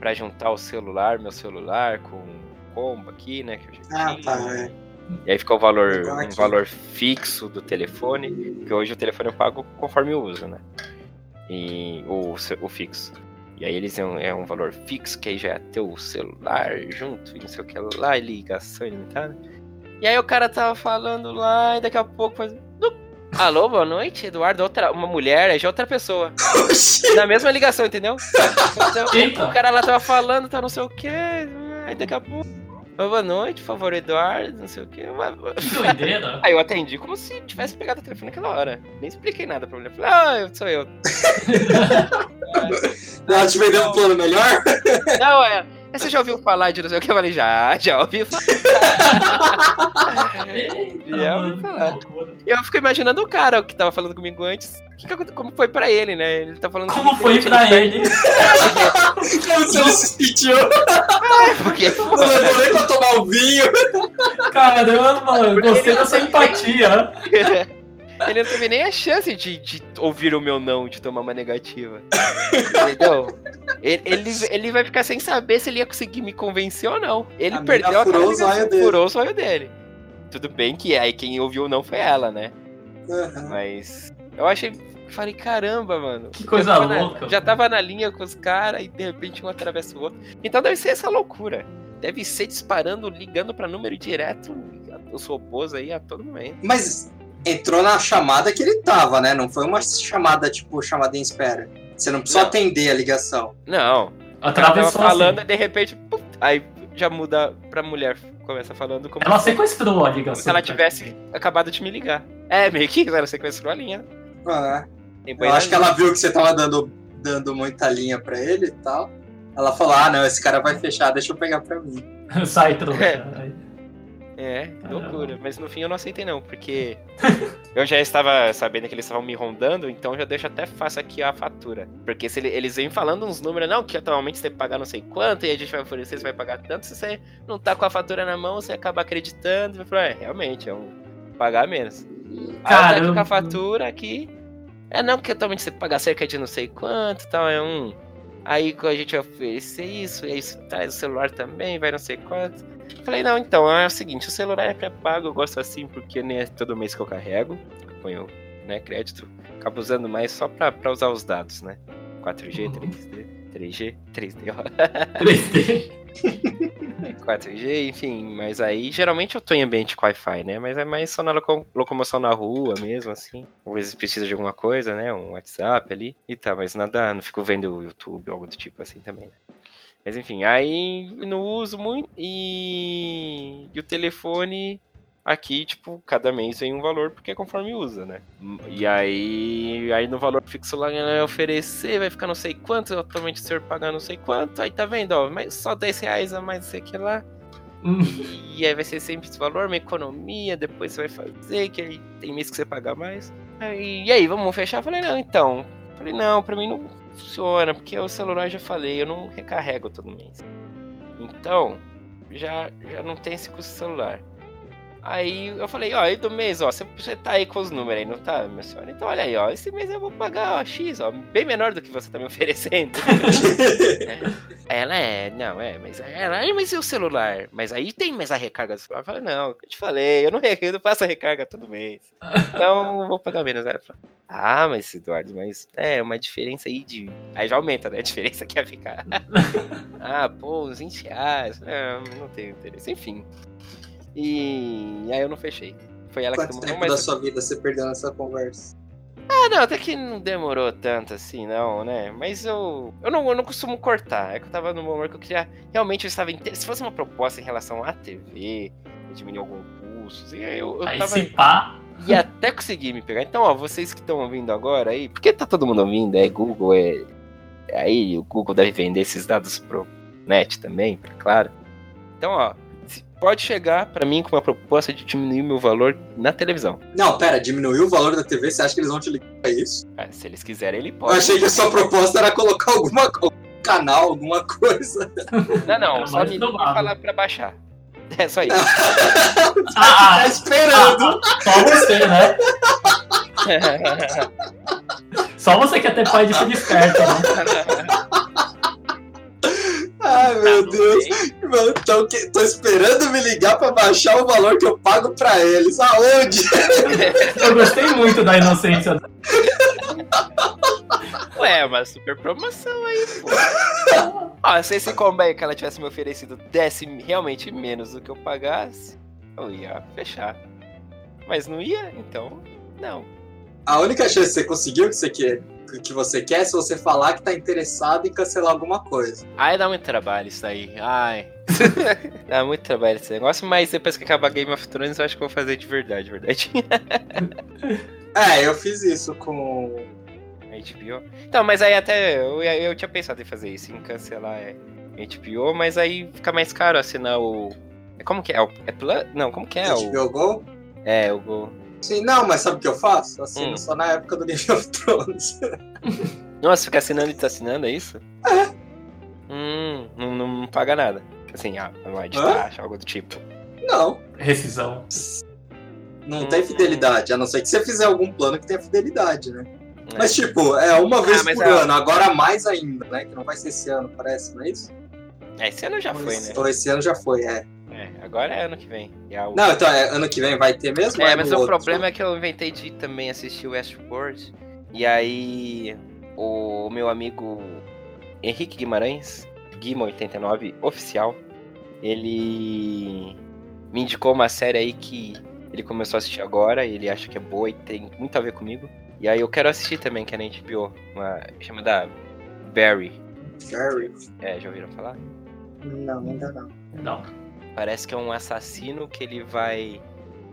pra juntar o celular, meu celular com o combo aqui, né? Que eu já
Ah,
tinha.
tá, é.
E aí fica o valor,
Igual
um
aqui.
valor fixo do telefone, porque hoje o telefone eu pago conforme eu uso, né? E o, ce- o fixo. E aí eles é um, é um valor fixo, que aí já é teu celular junto, e não sei o que lá, e ligação ilimitada. tá? E aí o cara tava falando lá, e daqui a pouco faz. Dup! Alô, boa noite, Eduardo. Outra, uma mulher, aí já é outra pessoa.
Oxi.
Na mesma ligação, entendeu? Então,
Eita.
O cara lá tava falando, tá não sei o que, aí daqui a pouco. "Ô, Boa noite, por favor, Eduardo, não sei o que.
Que doideira.
Aí eu atendi como se tivesse pegado o telefone naquela hora. Nem expliquei nada pra mulher. Falei, ah, eu- sou eu.
Ela te vendeu um plano melhor?
Não, é. Você já ouviu falar de não sei o que? Eu falei, já, já ouvi falar.
Eita,
E é
mano,
muito legal.
que loucura.
E eu fico imaginando o cara que tava falando comigo antes. que que aconte- como foi pra ele, né? Ele tá falando
Como foi pra ele?
Como se ele se sentiu?
Ah, Porque,
Não levou nem pra tomar o vinho.
Caramba, gostei da sua empatia.
Ele não teve nem a chance de, de ouvir o meu não, de tomar uma negativa. Entendeu? Ele, ele, ele vai ficar sem saber se ele ia conseguir me convencer ou não. Ele
A mina
perdeu aquela
furou o zóio
ligação,
dele.
furou o sonho dele. Tudo bem que aí quem ouviu o não foi ela, né? Mas eu achei. Falei, caramba, mano.
Que coisa
Eu tava na-
louca.
já tá- tava na linha com os caras e de repente um atravessa o outro. Então deve ser essa loucura. Deve ser disparando, ligando pra número direto, os robôs aí a todo momento.
Mas entrou na chamada que ele tava, né? Não foi uma chamada, tipo, chamada em espera. Você não precisou
Não.
atender a ligação.
Não, Ela tava
Atravessou
falando
assim.
e de repente. pum, aí já muda pra mulher. Começa falando como,
Ela sequestrou a ligação.
se ela
cara.
tivesse acabado de me ligar. É, meio que ela sequestrou a linha.
Ah,
Tem boi
eu
é. na
acho que
linha.
ela viu que você tava dando, dando muita linha pra ele e tal. Ela falou: ah, não, esse cara vai fechar, deixa eu pegar pra mim.
Sai, trouxa.
É, que loucura.
Ah.
Mas no fim eu não aceitei, não, porque eu já estava sabendo que eles estavam me rondando, então já deixo até fácil aqui a fatura. Porque se ele- eles vêm falando uns números, não, que atualmente você tem que pagar não sei quanto, e a gente vai oferecer, você vai pagar tanto, se você não tá com a fatura na mão, você acaba acreditando, vai falar, é, realmente, é um pagar menos. Aí eu tô aqui com
Caramba.
a fatura aqui. É não, porque atualmente você paga cerca de não sei quanto, tal, é um. Aí a gente vai oferecer isso, e aí isso traz o celular também, vai não sei quanto. Falei, não, então, é o seguinte, o celular é pré-pago, eu gosto assim porque nem é todo mês que eu carrego, eu ponho né, crédito, acabo usando mais só pra, pra usar os dados, né? 4G,
Uhum.
3D, 3G, 3D, ó.
3D.
4G, enfim, mas aí geralmente eu tô em ambiente com Wi-Fi, né? Mas é mais só na loco- locomoção na rua mesmo, assim. Às vezes precisa de alguma coisa, né? Um WhatsApp ali e tá, mas nada, não fico vendo o YouTube, algo do tipo assim também, né? Mas enfim, aí não uso muito e, e o telefone aqui, tipo, cada mês vem um valor, porque é conforme usa, né? E aí, aí no valor fixo lá ela vai oferecer, vai ficar não sei quanto, atualmente o senhor pagar não sei quanto, aí tá vendo, ó, mas só 10 reais a mais, não sei o que lá.
Hum,
E aí vai ser sempre esse valor, uma economia, depois você vai fazer, que aí tem mês que você paga mais. Aí, e aí, vamos fechar? Eu falei, não, então. Eu falei, não, pra mim não funciona, porque o celular já falei, eu não recarrego todo mês. Então, já, já não tem esse custo do celular. Aí eu falei, ó, e do mês, ó, você- você tá aí com os números aí, não tá, minha senhora? Então olha aí, ó, esse mês eu vou pagar, ó, X, ó, bem menor do que você tá me oferecendo. Ela é, não, é, mas ela, "Ah, mas e o celular? Mas aí tem mais a recarga do celular? Eu falei, não, eu te falei, eu não, re- eu não faço a recarga todo mês. Então eu vou pagar menos. Ela falou, ah, mas Eduardo, mas é uma diferença aí de. Aí já aumenta, né? A diferença que ia ficar. ah, pô, uns 20 reais. Não, não tenho interesse. Enfim. E aí eu não fechei. Foi ela que
Quanto
tomou.
tempo da
Mas...
sua vida você perdeu nessa conversa?
Ah, não, até que não demorou tanto assim, não, né? Mas eu. Eu não, eu não costumo cortar. É que eu tava num momento que eu queria. Realmente eu estava. inte- Se fosse uma proposta em relação à TV, eu diminuir algum custo. E aí eu, eu
Aí
tava.
se pá,
E até conseguir me pegar. Então, ó, vocês que estão ouvindo agora aí, porque tá todo mundo ouvindo, é Google, é. Aí o Google deve vender esses dados pro net também, pra claro. Então, ó, se- pode chegar pra mim com uma proposta de diminuir meu valor na televisão.
Não, pera, diminuiu o valor da TV? Você acha que eles vão te ligar pra isso?
Ah, se eles quiserem, ele
Eu
pode.
achei que a sua proposta era colocar alguma co- algum canal, alguma coisa.
Não, não,
É
só
mais
me
provável.
falar pra baixar. É só isso.
ah,
Tá esperando.
só você, né? Só você quer ter pai de filho esperto, né?
Ai, meu
Tá,
Deus.
não sei.
Mano, tão que- tô esperando me ligar pra baixar o valor que eu pago pra eles. Aonde?
Eu gostei muito da inocência
Ué, é uma super promoção aí, pô. Ó, se esse combo que ela tivesse me oferecido desse realmente menos do que eu pagasse, eu ia fechar. Mas não ia, então, não.
A única chance de você conseguir o que você quer, o que você quer é se você falar que tá interessado em cancelar alguma coisa.
Ai, dá muito trabalho isso aí. Ai. dá muito trabalho esse negócio, mas depois que acabar Game of Thrones, eu acho que eu vou fazer de verdade, de verdade.
É, eu fiz isso com.
HBO. Então, mas aí até eu, eu tinha pensado em fazer isso, em cancelar é, HBO, mas aí fica mais caro assinar o. Como que é? O- É Plus? Não, como que é? O...
HBO Go?
É, o Gol.
Sim, não, mas sabe o que eu faço? Assino
Hum.
só na época do Game of Thrones.
Nossa, fica assinando e desassinando, é isso? Hum, não, não paga nada. Assim, ah, não é de
Hã?
taxa, algo do tipo.
Não,
Rescisão.
não
Hum.
tem fidelidade, a não ser que você fizer algum plano que tenha fidelidade, né? Mas
É.
tipo, é uma vez
mas
por
é-
ano, agora mais ainda, né? Que não vai ser esse ano, parece, não é isso?
É, esse ano já foi,
Esse-
né?
Ou esse ano já foi, é.
É, agora é ano que vem. E a-
Não, então, é, ano que vem vai ter mesmo?
é, mas o problema é que eu inventei de também assistir Westworld. E aí, o meu amigo Henrique Guimarães, Guima89 oficial, ele me indicou uma série aí que ele começou a assistir agora, e ele acha que é boa e tem muito a ver comigo. E aí eu quero assistir também, que é na HBO, uma chamada Barry.
Jerry?
É, já ouviram falar?
Não, ainda não.
Não.
Parece que é um assassino que ele vai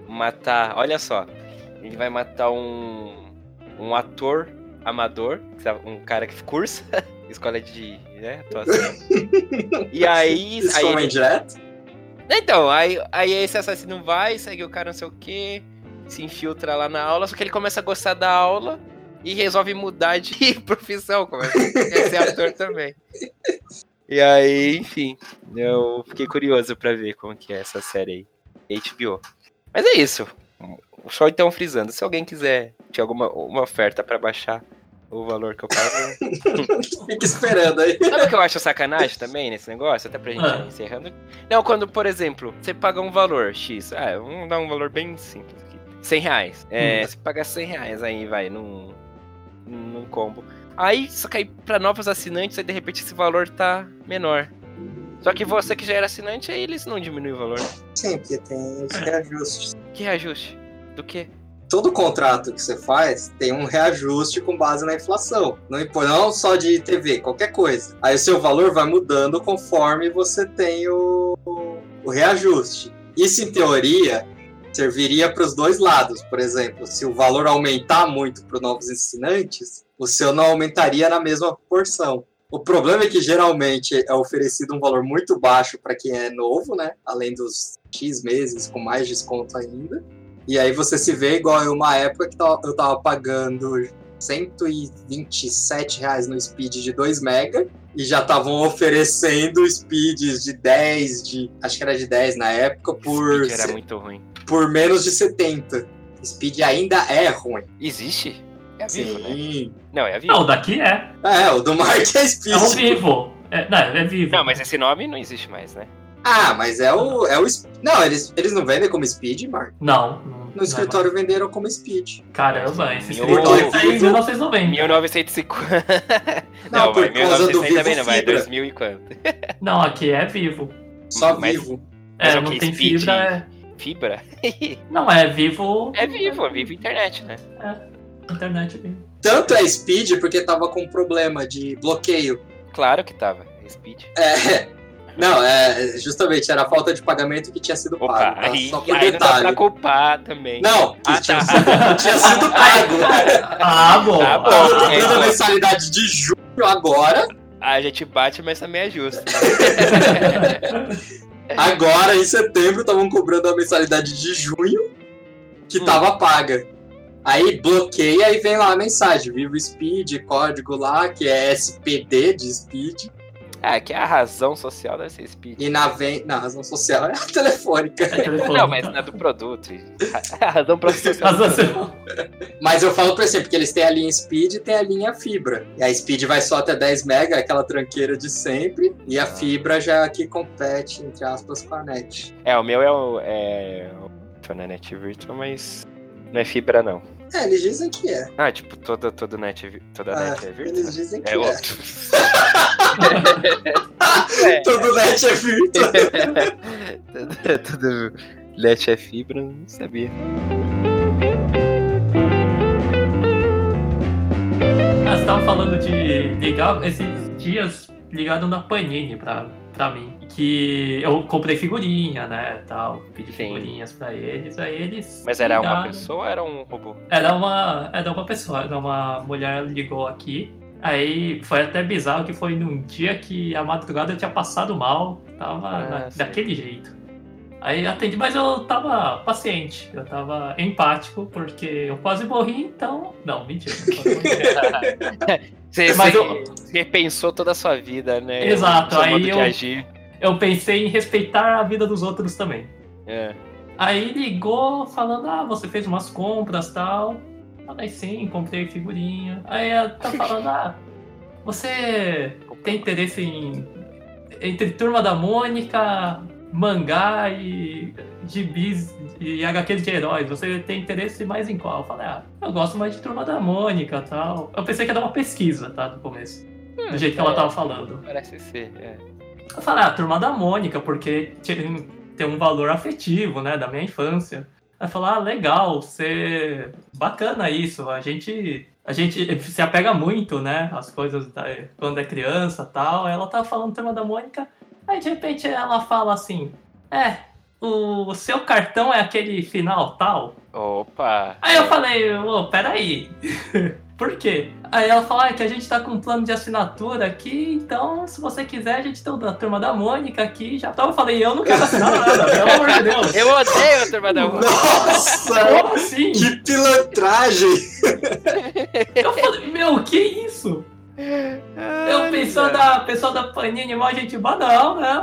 matar. Olha só, ele vai matar um um ator amador, sabe, um cara que cursa escola de né, atuação. e aí,
Isso
aí
foi uma
ele-
indireta?
então aí aí esse assassino vai segue o cara não sei o que, se infiltra lá na aula, só que ele começa a gostar da aula e resolve mudar de profissão, começa a ser ator também. E aí, enfim, eu fiquei curioso pra ver como que é essa série aí, HBO. Mas é isso. Só então frisando, se alguém quiser ter alguma uma oferta pra baixar o valor que eu pago.
Fica esperando aí.
Sabe o que eu acho sacanagem também nesse negócio? Até pra gente
Ah.
ir encerrando. Não, quando, por exemplo, você paga um valor X. Ah, vamos dar um valor bem simples aqui. 100 reais. É, Você paga 100 reais aí, vai, num, num combo. Aí, só que aí pra novos assinantes, aí de repente esse valor tá menor. Só que você que já era assinante, aí eles não diminuem o valor.
Sim, porque tem os reajustes.
Que reajuste? Do quê?
Todo contrato que você faz tem um reajuste com base na inflação. Não, impo- não só de TV, qualquer coisa. Aí o seu valor vai mudando conforme você tem o, o reajuste. Isso, em teoria, serviria para os dois lados. Por exemplo, se o valor aumentar muito para os novos ensinantes, o seu não aumentaria na mesma proporção. O problema é que geralmente é oferecido um valor muito baixo para quem é novo, né? Além dos X meses, com mais desconto ainda. E aí você se vê igual eu, uma época que tava- eu tava pagando 127 reais no speed de 2 mega e já estavam oferecendo speeds de 10, de acho que era de 10 na época, por,
Speed era
se-
muito ruim.
por menos de 70. Speed ainda é ruim.
Existe? É a Vivo, né?
Sim.
Não, é a Vivo.
Não, o daqui é.
É, o do Mark é
É o
um
Speed.
vivo. É, não, é vivo.
Não, mas esse nome não existe mais, né?
ah, mas é o. É o Sp- não, eles, eles não vendem como Speed, Mark.
Não.
No escritório venderam como Speed.
Caramba, esse
Meu
escritório
Deus.
saiu em 1990.
1950.
Não, por
vai,
causa
1960
do Vivo
também não, vai
Fibra.
2000 e quanto?
Não, aqui é vivo.
Só
Mas-
vivo.
Mas
É,
é o
não
que?
tem
Speed?
fibra. é-
Fibra?
Não, é vivo.
É Vivo, é Vivo Internet, né?
Internet vivo.
Tanto é Speed porque tava com um problema de bloqueio.
Claro que tava. é Speed.
É. Não, é justamente, era a falta de pagamento que tinha sido
Opa,
pago. tá?
aí,
Só por
aí não dá
detalhe.
pra culpar também.
Não, que
Ah,
tinha,
tá.
sido, tinha sido pago.
Ah, bom. Ah,
Tá bom.
Tava cobrando
É,
a
bom.
mensalidade de julho agora.
A gente bate, mas também é justo.
Agora, em setembro, estavam cobrando a mensalidade de junho, que
Hum.
tava paga. Aí bloqueia e vem lá a mensagem. Vivo Speed, código lá, que é SPD de Speed.
ah, que a razão social deve ser Speed.
E na, ven- na razão social é a telefônica.
É telefone.
Não, mas não é do produto. A razão pra social.
Mas você-
Mas eu falo pra você, porque eles têm a linha Speed e tem a linha Fibra. E a Speed vai só até 10 mega, aquela tranqueira de sempre. E a
Ah.
Fibra já é a que compete, entre aspas, com a NET.
É, o meu é o. É, o na Net Virtual, mas. Não é fibra, não.
É, eles dizem que é.
Ah, tipo, toda, toda, net, é vi- toda
Ah,
net é virtual.
Eles dizem que
É
é.
óbvio.
Tudo NET é Virtua.
Toda- toda net é fibra, não sabia.
Ah, você tava falando de ligar esses dias ligado na Panini pra, pra mim. Que eu comprei figurinha, né? Tal, pedi
Sim.
figurinhas pra eles, aí eles.
Mas era uma
ligaram.
pessoa ou era um robô?
Era uma, era uma pessoa, era uma mulher ligou aqui. Aí foi até bizarro que foi num dia que a madrugada eu tinha passado mal, tava
Ah,
na-
sim.
daquele jeito. Aí atendi, mas eu tava paciente, eu tava empático, porque eu quase morri, então. Não, mentira. eu quase morri.
Você,
Mas
você
eu-
repensou toda a sua vida, né?
Exato,
Seu
aí
modo de
eu-
agir.
eu pensei em respeitar a vida dos outros também.
É.
Aí ligou falando, ah, você fez umas compras tal. Falei, sim, comprei figurinha. Aí ela tá falando, ah, você tem interesse em entre Turma da Mônica, mangá e gibis e HQs de heróis. Você tem interesse mais em qual? Eu falei, ah, eu gosto mais de Turma da Mônica tal. Eu pensei que ia dar uma pesquisa, tá, no começo. Do jeito que ela tava falando.
Parece ser, é.
Eu falei, ah, turma da Mônica, porque tem, tem um valor afetivo, né, da minha infância. Ela falou, ah, legal, você. Bacana isso, a gente. A gente se apega muito, né? As coisas da- quando é criança e tal. Ela tava falando turma da Mônica, aí de repente ela fala assim: É, o seu cartão é aquele final tal?
Opa!
Aí eu falei, ô, peraí. Por quê? Aí ela falou, ah, é que a gente tá com um plano de assinatura aqui, então se você quiser, a gente tem o da turma da Mônica aqui já tá. Eu falei, eu não quero assinar nada, pelo amor de Deus.
Eu odeio a turma da Mônica.
Nossa!
Como assim?
Que pilantragem!
Eu falei, meu, que isso? Eu pessoal da, pessoal da Panini, mó gente boa, não, não.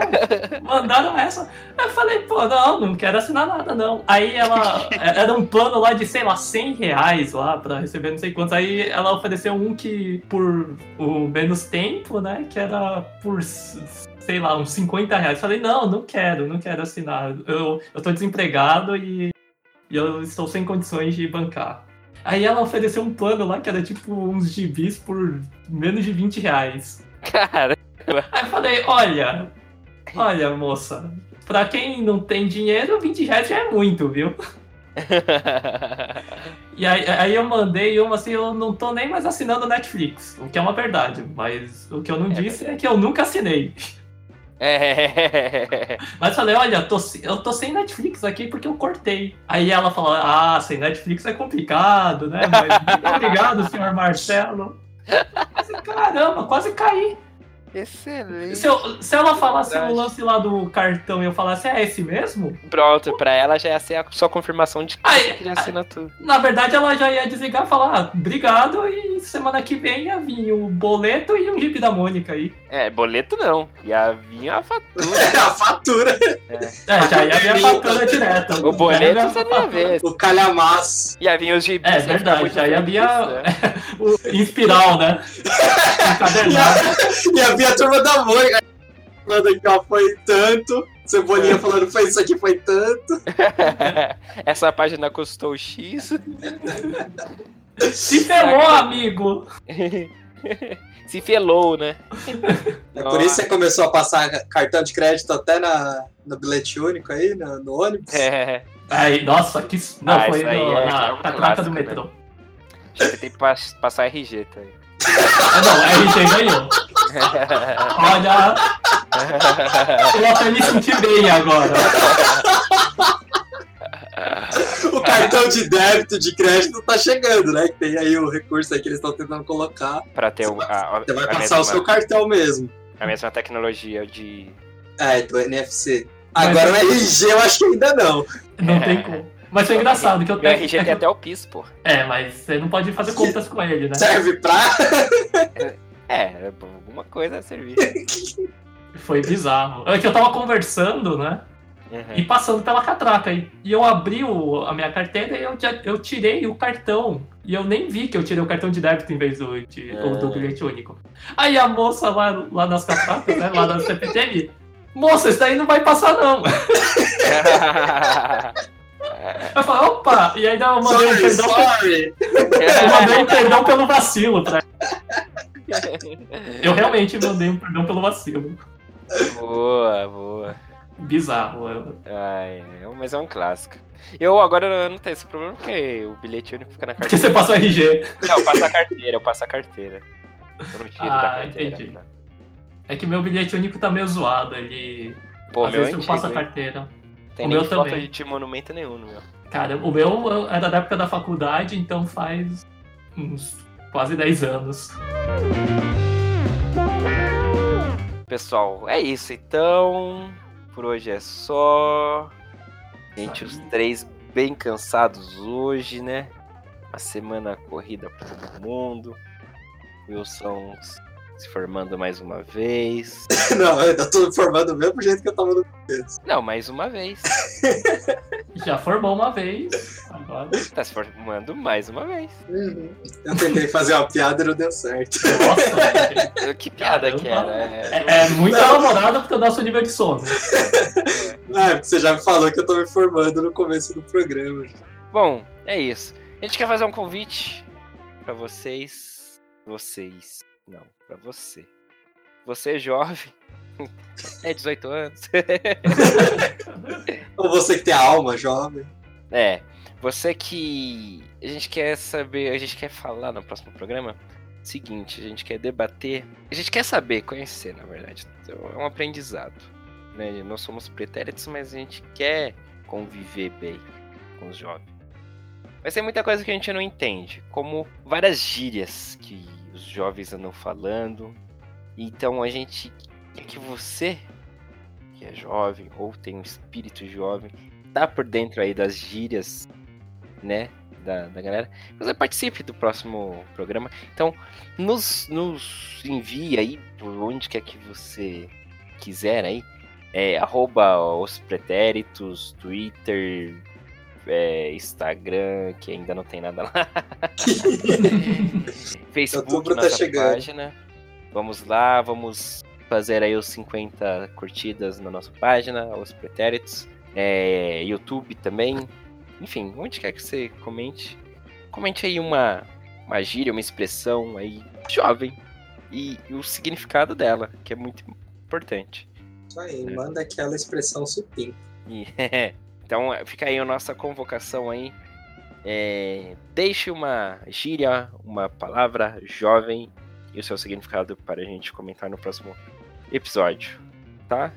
Mandaram essa. Eu falei, pô, não, não quero assinar nada, não. Aí ela, era um plano lá de, sei lá, 100 reais lá pra receber não sei quantos. Aí ela ofereceu um que, por o menos tempo, né, que era por, s- sei lá, uns 50 reais. Falei, não, não quero, não quero assinar. Eu, eu tô desempregado e, e eu estou sem condições de bancar. Aí ela ofereceu um plano lá que era tipo uns gibis por menos de 20 reais.
Cara,
Aí eu falei, olha, olha, moça, pra quem não tem dinheiro, 20 reais já é muito, viu? E aí, aí eu mandei uma assim, eu não tô nem mais assinando Netflix, o que é uma verdade, mas o que eu não disse é que eu nunca assinei.
é.
Mas falei, olha, tô se- eu tô sem Netflix aqui porque eu cortei. Aí ela falou, ah, sem Netflix é complicado, né? Mas muito obrigado, senhor Marcelo. Mas, Caramba, quase caí.
Excelente.
Se, eu- se ela falasse o
É Verdade.
lance lá do cartão e eu falasse, é esse mesmo?
Pronto, pra ela já ia ser a sua confirmação de que
Aí,
já assina tudo.
na verdade, ela já ia desligar e falar, ah, obrigado e semana que vem ia vir o boleto e um Jeep da Mônica aí.
É, boleto não. Ia vir a fatura.
É a fatura,
É, já ia vir a fatura direta.
o boleto você não ia ver.
o calhamaço.
Ia vir os gibis.
É
você ia
verdade,
ficar muito
aí
feliz,
havia-
né?
O- Em espiral, né?
E
Encadernado.
a- e havia a turma da Mônica falando que ó, foi tanto. Cebolinha falando foi isso aqui foi tanto.
né? Essa página custou X.
Se ferrou, amigo!
Se felou, né?
É por isso que você começou a passar cartão de crédito até na, no bilhete único aí, no, no ônibus.
É,
Aí, nossa, que. s- Não,
Ah,
foi
isso aí
no-
é
na
um
catraca
clássico,
do
né?
metrô.
já que tem que pas- passar tá RG também.
Ah, não, a RG ganhou. Olha, eu até me senti bem agora.
O cartão de débito, de crédito tá chegando, né? Que tem aí o recurso aí que eles estão tentando colocar.
pra ter o- a, a,
Você vai
a
passar o seu
mesma,
cartão mesmo.
a mesma tecnologia de.
É, do NFC.
Mas-
Agora o RG eu acho que ainda não.
Não
É.
tem como. Mas foi engraçado que eu
Meu
tenho.
RG tem até o PIS, pô.
É, mas você não pode fazer contas com ele, né?
Serve pra.
É, alguma coisa a servir.
Foi bizarro. É que eu tava conversando, né?
Uhum.
É.
E passando pela catraca. E e eu abri o- a minha carteira e eu, já- eu tirei o cartão. E eu nem vi que eu tirei o cartão de débito em vez do, de-
É.
ou do bilhete único. Aí a moça lá, lá nas catracas, né? Lá da CPTM. Moça, isso daí não vai passar, não. Eu falei, opa! E aí eu mandei
Sorry,
um perdão,
sorry.
eu mandei um perdão pelo vacilo. Pra... Eu realmente mandei um perdão pelo vacilo.
boa, boa.
Bizarro. eu-
Ai, é um- mas é um clássico. Eu agora eu não tenho esse problema porque o bilhete único fica na
Porque
carteira.
você passou RG.
Não, eu passo a carteira, eu passo a carteira. Eu não tiro da
Ah,
carteira.
entendi. É que meu bilhete único tá meio zoado, ele.
Pô,
Às
meu é
vezes
antigo,
não passa
hein?
carteira.
Tem
O
nem
meu
foto
também.
de monumento nenhum no meu.
Cara, o meu eu- era da época da faculdade, então faz uns quase 10 anos.
Pessoal, é isso então. Por hoje é só. Gente, os três bem cansados hoje, né? Uma semana corrida pra todo mundo. Wilson se formando mais uma vez.
Não, eu ainda tô me formando do mesmo jeito que eu tava no começo.
Não, mais uma vez.
Já formou uma vez, agora.
Tá se formando mais uma vez.
Uhum. Eu tentei fazer uma piada e não deu certo.
Nossa, gente.
Que piada que
Caramba.
era. É,
é, é muito elaborada porque o nosso nível de sono.
Ah, porque você já me falou que eu tô me formando no começo do programa.
Bom, é isso. A gente quer fazer um convite pra vocês. Vocês. Não, pra você. Você jovem. É 18 anos.
Ou você que tem a alma jovem.
É. Você que. A gente quer saber. A gente quer falar no próximo programa. Seguinte, a gente quer debater. A gente quer saber, conhecer, na verdade. Então, É um aprendizado. Né? Nós somos pretéritos, mas a gente quer conviver bem com os jovens. Mas tem muita coisa que a gente não entende, como várias gírias que os jovens andam falando. Então a gente quer que você, que é jovem ou tem um espírito jovem, tá por dentro aí das gírias, né? Da, da galera, você participe do próximo programa. Então, nos, nos envie aí por onde quer que você quiser aí. É, arroba os pretéritos, Twitter, é, Instagram, que ainda não tem nada lá. Facebook,
Outubro tá
nossa
chegando.
página. Vamos lá, vamos fazer aí os 50 curtidas na nossa página, os pretéritos. É, YouTube também. Enfim, onde quer que você comente. Comente aí uma, uma gíria, uma expressão aí jovem. E, e o significado dela, que é muito importante.
Isso aí, manda aquela expressão supim.
E- então é, fica aí a nossa convocação aí. É, deixe uma gíria, uma palavra jovem e o seu significado para a gente comentar no próximo episódio, tá?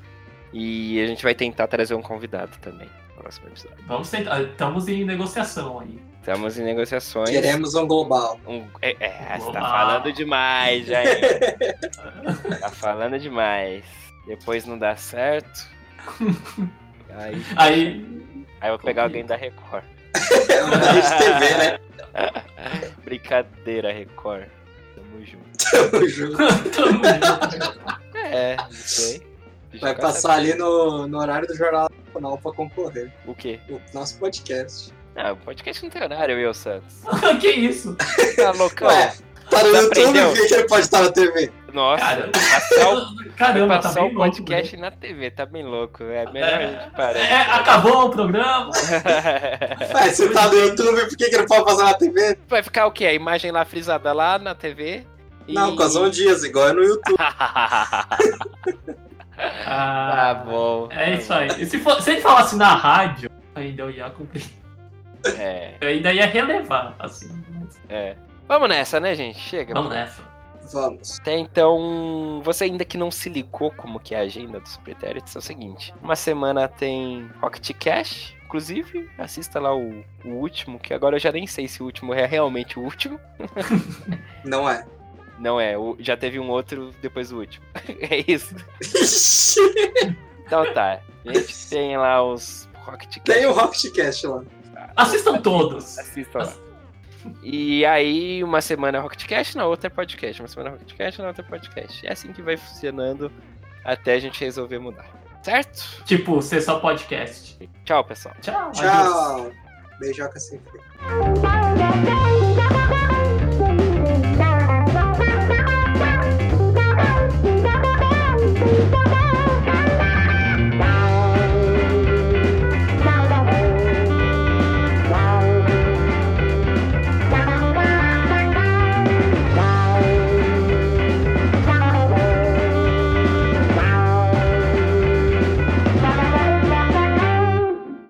E a gente vai tentar trazer um convidado também no próximo episódio.
Vamos tentar. Estamos em negociação aí.
Estamos em negociações.
Queremos um global.
Um- é, é, você tá
Uau.
falando demais, Jair. tá falando demais. Depois não dá certo. Aí,
Aí.
aí eu vou pegar alguém da Record.
É uma da Rede TV, né?
Brincadeira, Record. Tamo junto.
Tamo junto.
Tamo junto.
É, não sei.
Vai
Fica
passar ali
sabendo.
no, no horário do Jornal Nacional pra concorrer.
O quê?
O nosso podcast.
Ah, o podcast não tem horário, Will Santos.
que isso?
Tá loucão?
Ué, tá no
Tá
YouTube,
aprendeu.
por que que ele pode estar na TV?
Nossa,
Cara,
passar o,
Caramba, tá
passar
bem
o
louco,
podcast na TV, tá bem louco. É melhor
É.
a gente parar.
né? É, acabou o programa.
Ué, você tá no YouTube, por que que ele pode passar na TV?
Vai ficar o quê? A imagem lá frisada lá na TV? E-
Não, com as ondias, igual é no YouTube.
tá bom.
É isso aí. E se, for, se ele falasse na rádio, ainda eu ia cumprir.
É,
Eu ainda ia relevar, assim. mas
é. Vamos nessa, né, gente? Chega.
Vamos nessa.
Vamos.
Até então, você ainda que não se ligou como que é a agenda dos pretéritos, é o seguinte. Uma semana tem Rocket Cash, inclusive, assista lá o, o último, que agora eu já nem sei se o último é realmente o último.
Não é.
Não é, o- já teve um outro depois do último. é isso. Então tá. A gente tem lá os Rocket Cash.
Tem o Rocketcast lá.
Assistam todos.
Assista lá. E aí, uma semana é Rocketcast, na outra é podcast. Uma semana é Rocketcast, na outra é podcast. É assim que vai funcionando até a gente resolver mudar. Certo?
Tipo, ser só podcast.
Tchau, pessoal.
Tchau. adeus.
Tchau. Beijoca sem frio.
Down, down, down, down.